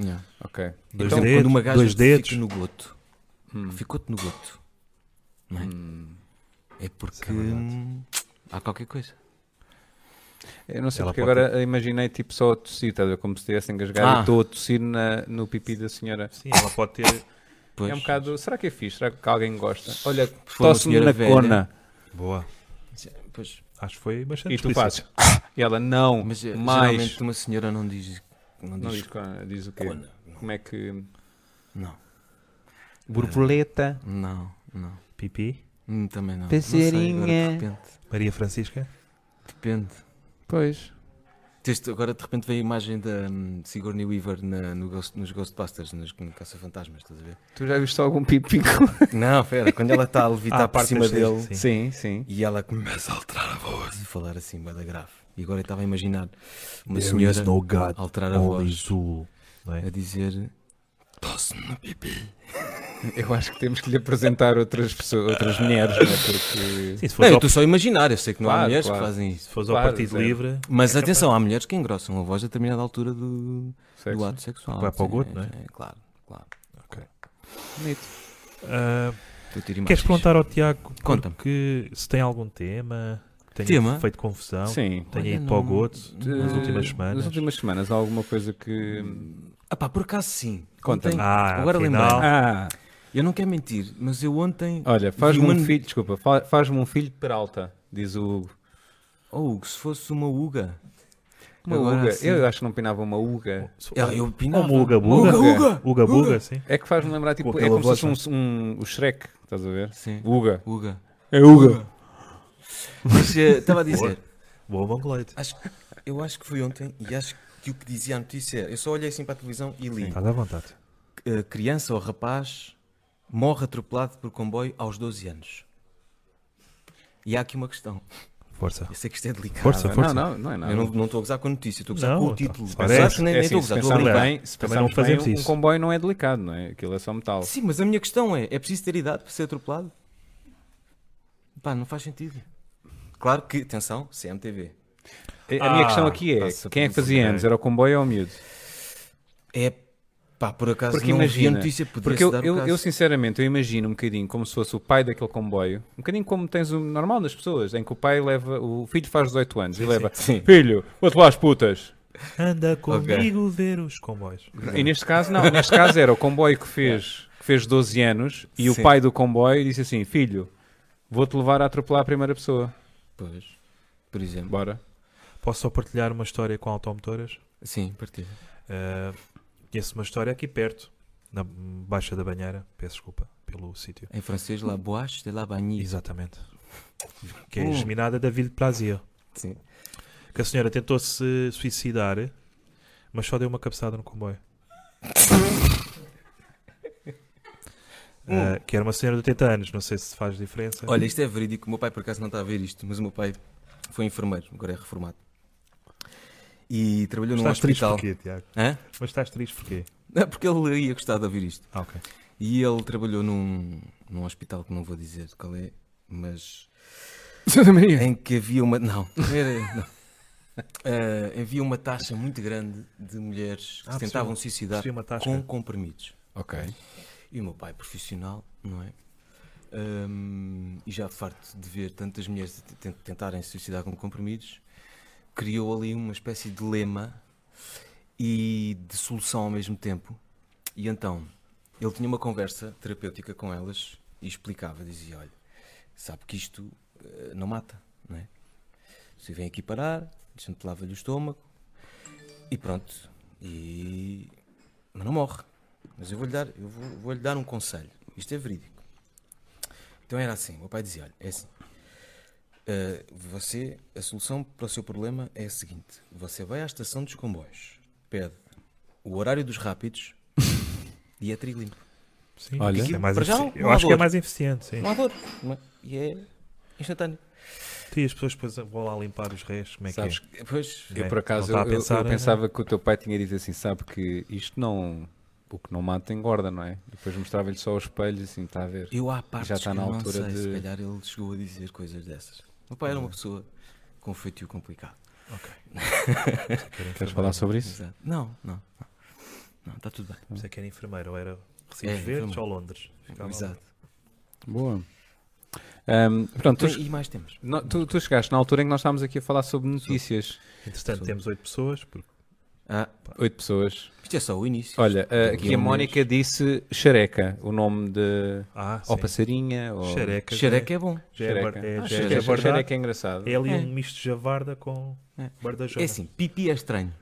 Speaker 3: Yeah.
Speaker 1: Ok.
Speaker 2: dois
Speaker 3: então,
Speaker 2: dedos,
Speaker 3: quando uma gaja
Speaker 2: dois dedos.
Speaker 3: fica no goto, ficou-te no goto, não é? É porque
Speaker 2: verdade.
Speaker 3: hum, há qualquer coisa.
Speaker 1: Eu não sei
Speaker 2: Ela
Speaker 1: porque
Speaker 2: pode-
Speaker 1: agora imaginei tipo só a tossir, estás a ver? como se tivesse engasgado
Speaker 3: Ah.
Speaker 1: e estou a tossir na- no pipi da senhora.
Speaker 2: Sim, ela pode ter.
Speaker 3: Pois.
Speaker 1: É um bocado, será que é fixe? Será que alguém gosta? Olha,
Speaker 3: uma
Speaker 1: tosse-me
Speaker 3: senhora
Speaker 1: na
Speaker 3: velha.
Speaker 1: cona
Speaker 2: Boa.
Speaker 3: Pois,
Speaker 2: Acho que foi
Speaker 3: Então
Speaker 2: bastante
Speaker 1: e tu
Speaker 2: explícito.
Speaker 1: fazes. "Ah", E ela, não,
Speaker 3: é mas eh,
Speaker 1: mais.
Speaker 3: geralmente uma senhora não diz. Não
Speaker 1: Não diz
Speaker 3: diz.
Speaker 1: cona, diz o quê?
Speaker 3: cona.
Speaker 1: Como é que.
Speaker 3: Não,
Speaker 1: Borboleta.
Speaker 3: não, não.
Speaker 2: Pipi.
Speaker 3: Hum, Também não. Não sei,
Speaker 1: Passarinha.
Speaker 3: agora de repente.
Speaker 2: Maria Francisca.
Speaker 3: Depende.
Speaker 1: Pois.
Speaker 3: Teste, agora de repente veio a imagem da hum, Sigourney Weaver na- no Ghost- nos Ghostbusters, nos no Caça-Fantasmas, estás a
Speaker 2: [laughs]
Speaker 3: ver?
Speaker 1: Tu já viste algum pipi?
Speaker 3: Não, pera, quando ela está a levitar
Speaker 2: Ah, a
Speaker 3: tá por
Speaker 2: parte
Speaker 3: cima
Speaker 2: das seis,
Speaker 3: dele
Speaker 2: sim.
Speaker 1: [laughs] Sim, sim.
Speaker 3: e ela começa a alterar a voz e falar assim, bada grave. E agora eu estava a imaginar uma senhora
Speaker 2: God,
Speaker 3: a alterar a voz
Speaker 2: Zul. Não
Speaker 3: a
Speaker 2: é?
Speaker 3: dizer
Speaker 1: Eu acho que temos que lhe apresentar outras pessoas, outras mulheres, não é? Porque.
Speaker 2: Sim, se
Speaker 3: Não,
Speaker 2: fosse
Speaker 3: eu
Speaker 2: ao,
Speaker 3: estou só a imaginar, eu sei que não há
Speaker 1: Claro,
Speaker 3: mulheres
Speaker 1: claro.
Speaker 3: que fazem isso.
Speaker 2: se fosse ao
Speaker 1: Claro,
Speaker 2: Partido
Speaker 1: zero.
Speaker 2: Livre, ah,
Speaker 3: Mas atenção, há mulheres que engrossam a voz a determinada altura do,
Speaker 1: Sexo.
Speaker 3: do ato sexual.
Speaker 2: Vai para o
Speaker 3: Sim,
Speaker 2: goto, não é?
Speaker 3: sim, Claro, claro.
Speaker 1: Bonito.
Speaker 2: ah,
Speaker 3: Eu tiro imagens.
Speaker 2: queres perguntar ao Tiago
Speaker 3: Conta-me.
Speaker 2: que se tem algum tema que tenha
Speaker 3: Tema?
Speaker 2: feito confusão,
Speaker 1: Sim.
Speaker 2: tenha
Speaker 3: Olha,
Speaker 2: ido para o
Speaker 3: não-
Speaker 2: Goto nas
Speaker 1: Eh,
Speaker 2: últimas semanas.
Speaker 1: Nas últimas semanas, há alguma coisa que.
Speaker 3: Ah pá, por acaso sim.
Speaker 1: Conta-me.
Speaker 3: Ontem-
Speaker 2: Ah,
Speaker 3: agora
Speaker 2: afinal.
Speaker 3: lembrei.
Speaker 1: Ah!
Speaker 3: Eu não quero mentir, mas eu ontem.
Speaker 1: Olha, faz-me
Speaker 3: Human-
Speaker 1: um filho, desculpa, fa- faz-me um filho de peralta, diz o Hugo.
Speaker 3: Oh, Hugo, se fosse uma Uga.
Speaker 1: Uma
Speaker 3: Agora
Speaker 1: uga.
Speaker 3: assim-
Speaker 1: Eu acho que não pinava uma uga.
Speaker 3: Eu, É, eu opinava.
Speaker 2: Como o Uga Buga.
Speaker 1: Uga,
Speaker 2: Uga, Uga Buga, sim.
Speaker 1: É que faz-me lembrar, tipo,
Speaker 2: Com
Speaker 1: é
Speaker 2: aquela
Speaker 1: como se fosse um, um, o Shrek, estás a ver?
Speaker 3: Sim.
Speaker 1: Uga.
Speaker 3: Uga.
Speaker 1: É Uga.
Speaker 3: Mas
Speaker 1: [laughs]
Speaker 3: eh, estava a dizer,
Speaker 2: Boa mongolete.
Speaker 3: acho, que- eu acho que foi ontem e acho que o que dizia a notícia era. Eu só olhei assim para a televisão e li.
Speaker 2: Estás à vontade.
Speaker 3: eh, criança ou rapaz morre atropelado por comboio aos 12 anos. E há aqui uma questão.
Speaker 2: Força.
Speaker 3: Eu sei que isto é delicado.
Speaker 2: Força,
Speaker 1: Não,
Speaker 2: força.
Speaker 1: não, não é nada.
Speaker 3: Eu não não estou a gozar com a notícia, estou a gozar
Speaker 2: Não,
Speaker 3: com o
Speaker 2: tá.
Speaker 3: título.
Speaker 2: Parece.
Speaker 3: Sabes que nem
Speaker 1: É
Speaker 3: nem
Speaker 1: assim,
Speaker 3: estou
Speaker 1: então,
Speaker 3: a
Speaker 1: se
Speaker 3: gozar, estou a
Speaker 1: pensarmos
Speaker 3: brincar.
Speaker 1: bem, se
Speaker 2: Também não
Speaker 1: pensarmos bem,
Speaker 2: fazemos
Speaker 1: um- um
Speaker 2: isso.
Speaker 1: comboio não é delicado, não é? Aquilo é só metal.
Speaker 3: Sim, mas a minha questão é: é preciso ter idade para ser atropelado? Pá, não faz sentido. Claro que, atenção, CMTV.
Speaker 1: A a minha
Speaker 2: Ah,
Speaker 1: questão aqui é,
Speaker 3: tá-se a
Speaker 1: quem é que
Speaker 3: pensar,
Speaker 1: fazia
Speaker 2: ok.
Speaker 1: anos? Era o comboio ou o miúdo?
Speaker 3: É pá, por acaso
Speaker 1: Porque
Speaker 3: não vi a
Speaker 1: imagina,
Speaker 3: notícia, podia
Speaker 1: porque eu,
Speaker 3: dar o
Speaker 1: eu-
Speaker 3: caso.
Speaker 1: eu, sinceramente eu imagino um bocadinho como se fosse o pai daquele comboio, um bocadinho como tens o normal nas pessoas, em que o pai leva, o filho faz 18 anos e leva,
Speaker 3: sim.
Speaker 1: filho, vou-te lá às putas.
Speaker 2: Anda comigo ver os comboios.
Speaker 1: E neste caso não, neste caso era o comboio que fez, que fez 12 anos e
Speaker 3: Sim.
Speaker 1: o pai do comboio disse assim, filho, vou-te levar a atropelar a primeira pessoa,
Speaker 3: Pois, por exemplo.
Speaker 1: bora.
Speaker 2: Posso só partilhar uma história com automotoras?
Speaker 3: Sim, partilha.
Speaker 2: Ah, Conheço uma história aqui perto, na Baixa da Banheira. Peço desculpa pelo sítio.
Speaker 3: Em francês, La Boache de la Bagnie.
Speaker 2: Exatamente. Que é
Speaker 3: Hum.
Speaker 2: a geminada da Ville Plaisir.
Speaker 3: Sim.
Speaker 2: Que a senhora tentou se suicidar, mas só deu uma cabeçada no
Speaker 3: [laughs]
Speaker 2: comboio. Ah, que era uma senhora de 80 anos, não sei se faz diferença.
Speaker 3: Hum. Olha, isto é verídico. O meu pai, por acaso, não está a ver isto, mas o meu pai foi enfermeiro, agora é reformado. E trabalhou num
Speaker 2: estás triste
Speaker 3: hospital.
Speaker 2: porquê, Tiago?
Speaker 3: Hã?
Speaker 2: Mas estás triste porquê?
Speaker 3: É porque ele ia gostar de ouvir isto.
Speaker 2: Ah, ok.
Speaker 3: E ele trabalhou num, num hospital que não vou dizer qual é, mas
Speaker 1: Santa Maria.
Speaker 3: em que havia uma. Não, era- não. Ah, havia uma taxa muito grande de mulheres que
Speaker 2: Ah,
Speaker 3: se tentavam
Speaker 2: percebi.
Speaker 3: suicidar
Speaker 2: Percebi uma tasca.
Speaker 3: com comprimidos.
Speaker 1: Ok.
Speaker 3: E o meu pai, é profissional, não é? Ahm, e já farto de ver tantas mulheres te- te- tentarem se suicidar com comprimidos, criou ali uma espécie de lema e de solução ao mesmo tempo. E então, ele tinha uma conversa terapêutica com elas e explicava, dizia, olha, sabe que isto eh, não mata, não é? Você vem aqui parar, deixa-te lava-lhe o estômago e pronto. E... Mas não morre. Mas eu vou-lhe dar, eu vou, vou-lhe dar um conselho. Isto é verídico. Então era assim, o meu pai dizia, olha, é assim. eh, você, a solução para o seu problema é a seguinte. Você vai à estação dos comboios, pede o horário dos rápidos [laughs] e é trigo limpo.
Speaker 2: Sim,
Speaker 1: Olha,
Speaker 2: isso é mais
Speaker 3: para já
Speaker 2: efici-
Speaker 3: não
Speaker 2: eu
Speaker 3: há
Speaker 2: acho que é
Speaker 3: dor.
Speaker 2: mais eficiente, sim.
Speaker 1: um
Speaker 3: Não há dor. não é? E é instantâneo.
Speaker 2: E as pessoas depois vão lá limpar os restos, como é que é?
Speaker 1: Sabes
Speaker 3: Pois,
Speaker 1: Eu,
Speaker 2: É,
Speaker 1: por acaso,
Speaker 2: não
Speaker 1: eu,
Speaker 2: está
Speaker 1: eu-
Speaker 2: a
Speaker 1: eu
Speaker 2: pensar, é?
Speaker 1: pensava que o teu pai tinha dito assim: sabe que isto não. O que não mata engorda, não é? E depois mostrava-lhe só os espelhos e assim, está a ver.
Speaker 3: Eu há partes
Speaker 1: Já está
Speaker 3: que
Speaker 1: na
Speaker 3: eu
Speaker 1: altura
Speaker 3: não sei, se
Speaker 1: de- Uhum.
Speaker 3: calhar ele chegou a dizer coisas dessas. O meu pai era uma pessoa com um feitio complicado.
Speaker 2: é
Speaker 1: Queres falar sobre isso?
Speaker 3: Exato. Não, não, não. Não, está tudo bem.
Speaker 2: Você é que era enfermeiro, ou era Recibos
Speaker 3: É,
Speaker 2: Verdes
Speaker 3: enfermeiro.
Speaker 2: ou Londres? Ficava lá.
Speaker 3: Exato.
Speaker 1: Boa. Ahm,
Speaker 2: Então
Speaker 1: pronto, tu,
Speaker 3: E mais temos.
Speaker 1: no- tu- tu chegaste na altura em que nós estávamos aqui a falar sobre notícias.
Speaker 2: Entretanto,
Speaker 3: Sim.
Speaker 2: temos oito pessoas, porque
Speaker 3: Ah,
Speaker 1: Oito pessoas.
Speaker 3: isto é só o início.
Speaker 1: Olha,
Speaker 2: eh,
Speaker 1: ah,
Speaker 2: é
Speaker 3: Aqui
Speaker 1: aqui a
Speaker 3: um
Speaker 1: Mónica disse xareca, o nome de.
Speaker 2: ah,
Speaker 1: Ou
Speaker 2: sim.
Speaker 1: passarinha, ou.
Speaker 2: Xereca.
Speaker 3: Xereca é bom.
Speaker 2: Já é, bar-
Speaker 1: Xereca.
Speaker 2: é,
Speaker 3: Ah,
Speaker 2: já é,
Speaker 1: Xereca,
Speaker 2: já é bardar.
Speaker 1: xareca é engraçado.
Speaker 2: É ali
Speaker 3: É.
Speaker 2: um misto de javarda com
Speaker 3: É.
Speaker 2: bardajona.
Speaker 3: É assim, pipi é estranho.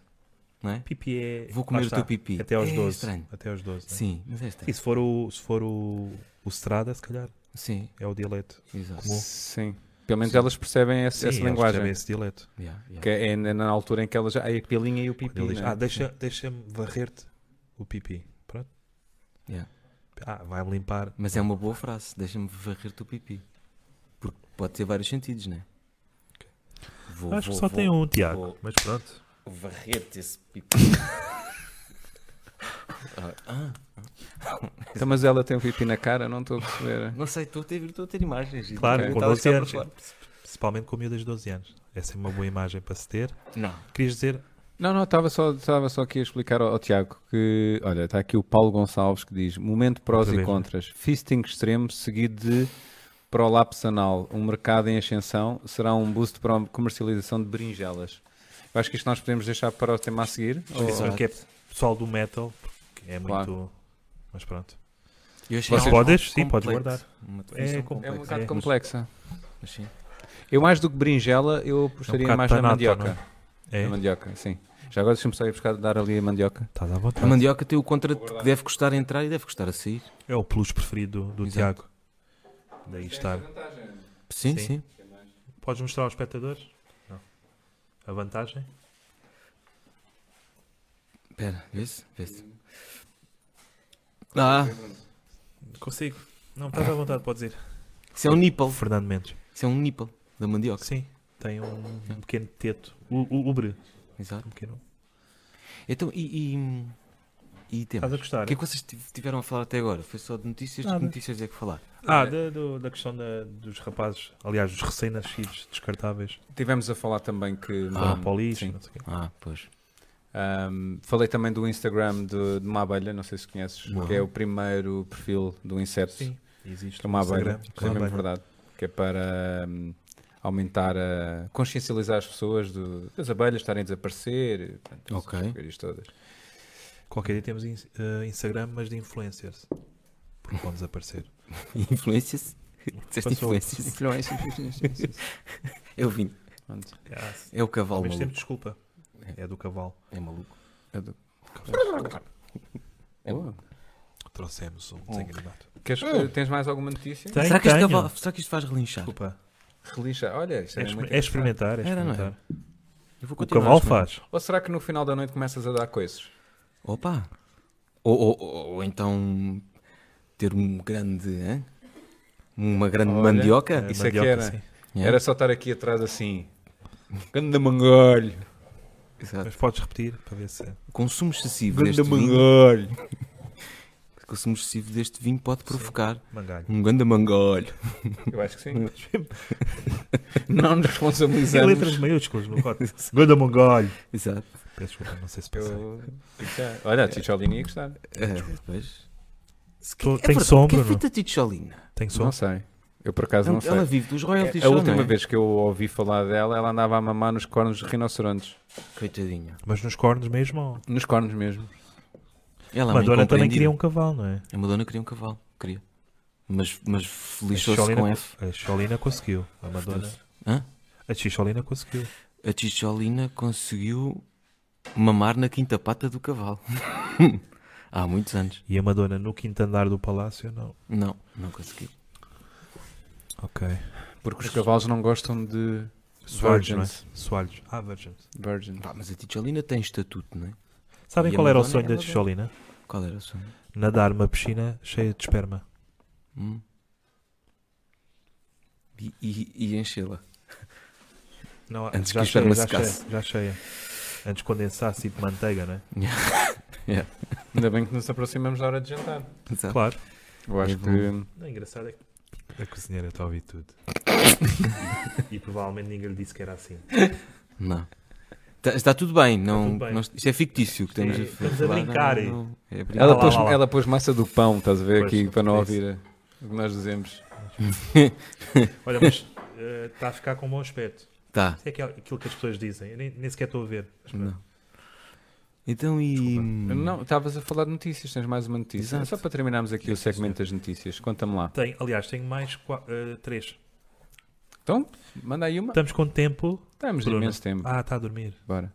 Speaker 3: Não é?
Speaker 2: Pipi é...
Speaker 3: Vou comer
Speaker 2: Lá
Speaker 3: o
Speaker 2: está.
Speaker 3: teu pipi.
Speaker 2: Até aos
Speaker 3: É
Speaker 2: 12.
Speaker 3: estranho.
Speaker 2: Até aos 12. né?
Speaker 3: Sim, mas é estranho.
Speaker 2: E se for, o, se for o, o Strada, se calhar,
Speaker 3: Sim,
Speaker 2: é o dialeto.
Speaker 3: exato.
Speaker 2: Comum.
Speaker 1: Sim. Pelo menos elas percebem essa, essa
Speaker 2: Sim, eles
Speaker 1: linguagem.
Speaker 2: percebem esse dialeto.
Speaker 3: Yeah, yeah.
Speaker 1: Que é na na altura em que elas. já- Ai, a pilinha e o pipi.
Speaker 2: Ele diz,
Speaker 1: né?
Speaker 2: ah, deixa- deixa-me varrer-te o pipi. Pronto.
Speaker 3: Yeah.
Speaker 2: Ah, vai-me limpar.
Speaker 3: Mas é uma boa frase. Deixa-me varrer o pipi. Porque pode ter vários sentidos, não é? Vou-
Speaker 2: Acho que
Speaker 3: vou-
Speaker 2: só
Speaker 3: vou-
Speaker 2: tem um, Tiago.
Speaker 3: vou-
Speaker 2: Mas pronto.
Speaker 3: Varrer-te esse pipi. [laughs] ah,
Speaker 1: Então, mas ela tem o pipi na cara, não estou a perceber.
Speaker 3: não sei, estou a ter, estou a ter imagens. e
Speaker 2: Claro,
Speaker 3: não
Speaker 2: com
Speaker 3: estava
Speaker 2: 12
Speaker 3: cá para
Speaker 2: anos.
Speaker 3: falar.
Speaker 2: Principalmente com o miúdo dos 12 anos. Essa é uma boa imagem para se ter.
Speaker 3: Não.
Speaker 2: Querias dizer,
Speaker 1: Não, não, estava só, estava só aqui a explicar ao, ao Tiago que, olha, está aqui o Paulo Gonçalves que diz: momento prós
Speaker 2: Outra
Speaker 1: e
Speaker 2: vez, né?
Speaker 1: contras, fisting extremo seguido de prolapse anal, um mercado em ascensão, será um boost para a comercialização de berinjelas. Eu acho que isto nós podemos deixar para o tema a seguir. Ou-
Speaker 2: Isso é que é pessoal do metal, porque é muito.
Speaker 1: Claro.
Speaker 2: Mas pronto.
Speaker 3: Eu achei
Speaker 2: Vocês-
Speaker 3: algo
Speaker 2: Podes? Sim,
Speaker 3: completo.
Speaker 2: podes guardar.
Speaker 3: Uma
Speaker 2: É
Speaker 3: definição
Speaker 2: com-
Speaker 1: é um
Speaker 3: complexa.
Speaker 1: bocado
Speaker 2: É.
Speaker 1: complexa.
Speaker 3: Mas sim.
Speaker 1: Eu mais do que berinjela, eu apostaria
Speaker 2: um bocado
Speaker 1: mais na
Speaker 2: tanato,
Speaker 1: mandioca.
Speaker 2: É.
Speaker 1: Na mandioca, sim. Já agora deixa-me só ir buscar, dar ali a mandioca.
Speaker 2: Estás à
Speaker 3: A
Speaker 2: vontade.
Speaker 3: mandioca tem o contra de que deve custar a entrar e deve custar a sair.
Speaker 2: É o plus preferido do, do
Speaker 3: Exato.
Speaker 2: Tiago. Daí está.
Speaker 3: Sim,
Speaker 2: Sim.
Speaker 3: sim.
Speaker 2: Podes mostrar aos espectadores? Não. A vantagem?
Speaker 3: Espera, vê-se, vê-se. Ah,
Speaker 2: Consigo. Não, estás à vontade, podes ir.
Speaker 3: isso é um nipple.
Speaker 2: Fernando Mendes.
Speaker 3: Isso é um nipple da mandioca.
Speaker 2: Sim, tem um, um pequeno teto. U- u- Ubre.
Speaker 3: Exato.
Speaker 2: Um pequeno.
Speaker 3: Então, e. E, e temos.
Speaker 2: Estás a
Speaker 3: O
Speaker 2: gostar?
Speaker 3: que é que vocês tiv- tiveram a falar até agora? Foi só de notícias? De
Speaker 2: Nada.
Speaker 3: que notícias é que falar?
Speaker 2: Ah, da, do- da questão da- dos rapazes, aliás, dos recém-nascidos descartáveis,
Speaker 1: Tivemos a falar também que. hum,
Speaker 2: foram
Speaker 3: Ah,
Speaker 2: para o lixo,
Speaker 1: sim.
Speaker 2: não sei o quê.
Speaker 3: Ah, pois. [laughs]
Speaker 1: Um, falei também do Instagram de, de uma abelha, não sei se conheces,
Speaker 3: Não.
Speaker 1: que é o primeiro perfil do inseto.
Speaker 2: Sim, existe
Speaker 1: que é uma
Speaker 2: um
Speaker 1: abelha,
Speaker 2: Instagram,
Speaker 1: que é
Speaker 2: uma
Speaker 1: mesmo
Speaker 2: abelha.
Speaker 1: verdade. Que é para um, aumentar a. consciencializar as pessoas do- das abelhas estarem a desaparecer. e, Portanto,
Speaker 3: Ok.
Speaker 1: essas coisas todas.
Speaker 2: Qualquer dia temos in- eh, Instagram, mas de influencers. Porque vão desaparecer.
Speaker 3: Influências? Disseste
Speaker 2: Passou.
Speaker 3: influências? É o vinho.
Speaker 1: Pronto.
Speaker 2: Ah,
Speaker 3: É o
Speaker 2: ao
Speaker 3: cavalo
Speaker 2: mesmo tempo,
Speaker 3: maluco.
Speaker 2: desculpa. É do cavalo.
Speaker 3: É maluco. É
Speaker 1: Boa.
Speaker 2: Trouxemos um desenho animado.
Speaker 1: Queres-
Speaker 3: Hum.
Speaker 1: Tens mais alguma notícia?
Speaker 2: Tem,
Speaker 3: Oh. Será que, este
Speaker 2: tenho.
Speaker 3: cavalo, será que isto faz relinchar?
Speaker 2: Desculpa.
Speaker 1: Relincha. Olha, isto
Speaker 2: É,
Speaker 1: é,
Speaker 2: exper-
Speaker 1: muito
Speaker 2: é experimentar, é
Speaker 3: Era, não era?
Speaker 2: experimentar.
Speaker 3: Eu vou
Speaker 2: O
Speaker 3: continuar a
Speaker 2: cavalo
Speaker 3: experimentar.
Speaker 2: faz.
Speaker 1: Ou será que no final da noite começas a dar coisas?
Speaker 3: Opa! Ou, ou- ou- ou então ter um grande. hã? Uma grande
Speaker 1: Olha,
Speaker 3: mandioca?
Speaker 1: Isso é que era.
Speaker 2: sim.
Speaker 3: É.
Speaker 1: Era só estar aqui atrás assim. Ganda mangolho.
Speaker 3: Exato.
Speaker 2: Mas podes repetir para ver se.
Speaker 3: Consumo excessivo
Speaker 1: Ganda
Speaker 3: deste vinho.
Speaker 1: mangolho.
Speaker 3: [laughs] Consumo excessivo deste vinho pode provocar
Speaker 2: Mangalho.
Speaker 3: um grande mangolho.
Speaker 1: Eu acho que sim. não nos
Speaker 2: Tem
Speaker 1: responsabilizamos.
Speaker 2: letras maiúsculas no código. Ganda Mangalho.
Speaker 3: Exato.
Speaker 2: Peço desculpa, não sei se pensei.
Speaker 1: Eu- Olha, a Ticholini ia gostar.
Speaker 3: É, depois.
Speaker 2: Tô-
Speaker 3: é
Speaker 2: tem
Speaker 3: verdade,
Speaker 2: sombra,
Speaker 3: que é
Speaker 2: não?
Speaker 3: feita a Ticholina?
Speaker 2: Tem som?
Speaker 1: Não sei. Eu por acaso não sei.
Speaker 3: Ela vive dos royalties
Speaker 1: A
Speaker 3: só,
Speaker 1: última
Speaker 3: não é?
Speaker 1: vez que eu ouvi falar dela, ela andava a mamar nos cornos de rinocerontes.
Speaker 3: Coitadinha.
Speaker 2: Mas nos cornos mesmo. ou-
Speaker 1: Nos cornos mesmo.
Speaker 3: Ela é uma
Speaker 2: Madonna também
Speaker 3: incompreendida.
Speaker 2: queria um cavalo, não é?
Speaker 3: A Madonna queria um cavalo. Queria. Mas, mas
Speaker 2: A
Speaker 3: lixou-se com
Speaker 2: Xolina-
Speaker 3: F.
Speaker 2: A Xolina conseguiu. A Madonna.
Speaker 3: Hã?
Speaker 2: A Xolina conseguiu.
Speaker 3: A Ticholina conseguiu mamar na quinta pata do cavalo. [laughs] Há muitos anos.
Speaker 2: E a Madonna no quinto andar do palácio, não.
Speaker 3: Não, não consegui.
Speaker 2: Ok.
Speaker 1: Porque os cavalos não gostam de
Speaker 2: Soalhos, não é?
Speaker 1: virgins.
Speaker 2: Soalhos. Ah, virgins.
Speaker 1: Virgins.
Speaker 3: Pá, mas a Ticholina tem estatuto, não é?
Speaker 2: Sabem
Speaker 3: E a
Speaker 2: qual era o
Speaker 3: Madonna é
Speaker 2: sonho da
Speaker 3: era da-
Speaker 2: Xolina?
Speaker 3: Qual era o sonho?
Speaker 2: Nadar uma piscina cheia de esperma.
Speaker 3: Hum. E, e- e enchê-la. [laughs]
Speaker 2: Não,
Speaker 3: Antes
Speaker 2: já
Speaker 3: que o
Speaker 2: cheia,
Speaker 3: esperma
Speaker 2: já
Speaker 3: secasse.
Speaker 2: cheia, já cheia. Antes condensasse e de manteiga, não é?
Speaker 1: Ainda bem que nos aproximamos da hora de jantar.
Speaker 3: Exato.
Speaker 2: Claro.
Speaker 1: Eu acho
Speaker 3: É
Speaker 1: que.
Speaker 2: Não, engraçado é que a cozinheira está a ouvir tudo. e provavelmente ninguém lhe disse que era assim.
Speaker 3: Não. Tá- está tudo bem, não,
Speaker 2: tudo bem.
Speaker 3: não- isto é fictício que temos
Speaker 2: Sim,
Speaker 3: a
Speaker 2: estamos a
Speaker 3: falar, não-
Speaker 2: brincar.
Speaker 3: não- é brincar.
Speaker 1: Ela
Speaker 2: lá,
Speaker 1: pôs,
Speaker 2: lá, lá.
Speaker 1: ela pôs massa do pão, estás a ver
Speaker 2: Pois,
Speaker 1: aqui, para não
Speaker 2: isso.
Speaker 1: ouvir o que nós dizemos.
Speaker 2: Olha, mas eh, está a ficar com bom aspecto.
Speaker 3: Tá.
Speaker 2: Isso é aquel- aquilo que as pessoas dizem. Eu nem, nem sequer estou a ver. Mas pronto.
Speaker 3: Não. Então e.
Speaker 2: Hum.
Speaker 1: Não, estavas a falar de notícias, tens mais uma notícia.
Speaker 3: Exato.
Speaker 1: Só para terminarmos aqui o segmento das notícias, conta-me lá.
Speaker 2: Tem, aliás, tenho mais qua- eh, três.
Speaker 1: Então, manda aí uma.
Speaker 2: Estamos com tempo.
Speaker 1: Estamos de
Speaker 2: Bruno.
Speaker 1: imenso tempo.
Speaker 2: Ah, está a dormir.
Speaker 1: Bora.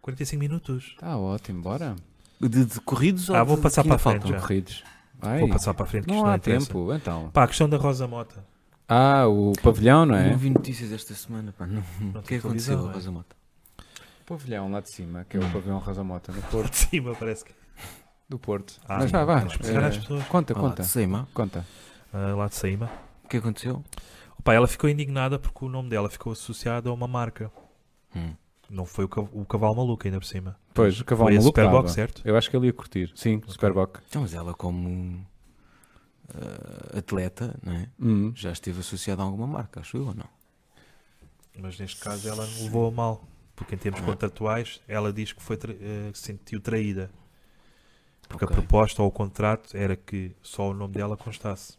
Speaker 2: 45 minutos.
Speaker 1: Está ótimo, bora.
Speaker 3: De, de corridos
Speaker 2: Ah,
Speaker 3: ou
Speaker 2: vou
Speaker 3: de-
Speaker 2: passar
Speaker 3: que ainda
Speaker 2: para a frente
Speaker 3: faltam?
Speaker 2: Já.
Speaker 1: Corridos. Vai.
Speaker 2: Vou passar para a frente que
Speaker 1: Não
Speaker 2: isto não
Speaker 1: há
Speaker 2: interessa.
Speaker 1: tempo, então.
Speaker 2: Pá, a questão da Rosa Mota. [laughs]
Speaker 1: Ah, o pavilhão, não
Speaker 3: Não
Speaker 2: Uhum.
Speaker 1: é?
Speaker 3: vi notícias esta semana, pá. Não.
Speaker 2: Não
Speaker 3: O que
Speaker 2: tem
Speaker 3: é que aconteceu
Speaker 2: televisão,
Speaker 3: com a Rosa Mota?
Speaker 1: O pavilhão lá de cima, que é
Speaker 2: Uhum.
Speaker 1: o pavilhão Rosa Mota, no
Speaker 2: é?
Speaker 1: Porto,
Speaker 2: De cima, parece que.
Speaker 1: do Porto.
Speaker 2: Ah,
Speaker 1: Mas vá, vá.
Speaker 2: Vamos explicar
Speaker 1: eh,
Speaker 2: às pessoas.
Speaker 1: Conta,
Speaker 3: Olha lá,
Speaker 1: conta,
Speaker 3: de Seima.
Speaker 1: conta.
Speaker 2: Ah, lá de cima.
Speaker 3: O que aconteceu?
Speaker 2: Opa, ela ficou indignada porque o nome dela ficou associado a uma marca.
Speaker 3: Hum.
Speaker 2: Não foi o, ca- o cavalo maluco ainda por cima.
Speaker 1: Pois, o cavalo
Speaker 2: foi a
Speaker 1: maluco
Speaker 2: Superbox,
Speaker 1: dava.
Speaker 2: certo?
Speaker 1: Eu acho que ele ia curtir. Sim, Superboc.
Speaker 3: Então, mas ela, como ah, atleta, não é?
Speaker 1: Hum.
Speaker 3: já esteve associada a alguma marca, acho eu ou não?
Speaker 2: Mas neste caso ela levou a mal. Porque em
Speaker 3: Ah.
Speaker 2: termos contratuais, ela diz que foi tra- eh, se sentiu traída. Porque
Speaker 3: Ok.
Speaker 2: a proposta ou o contrato era que só o nome dela constasse.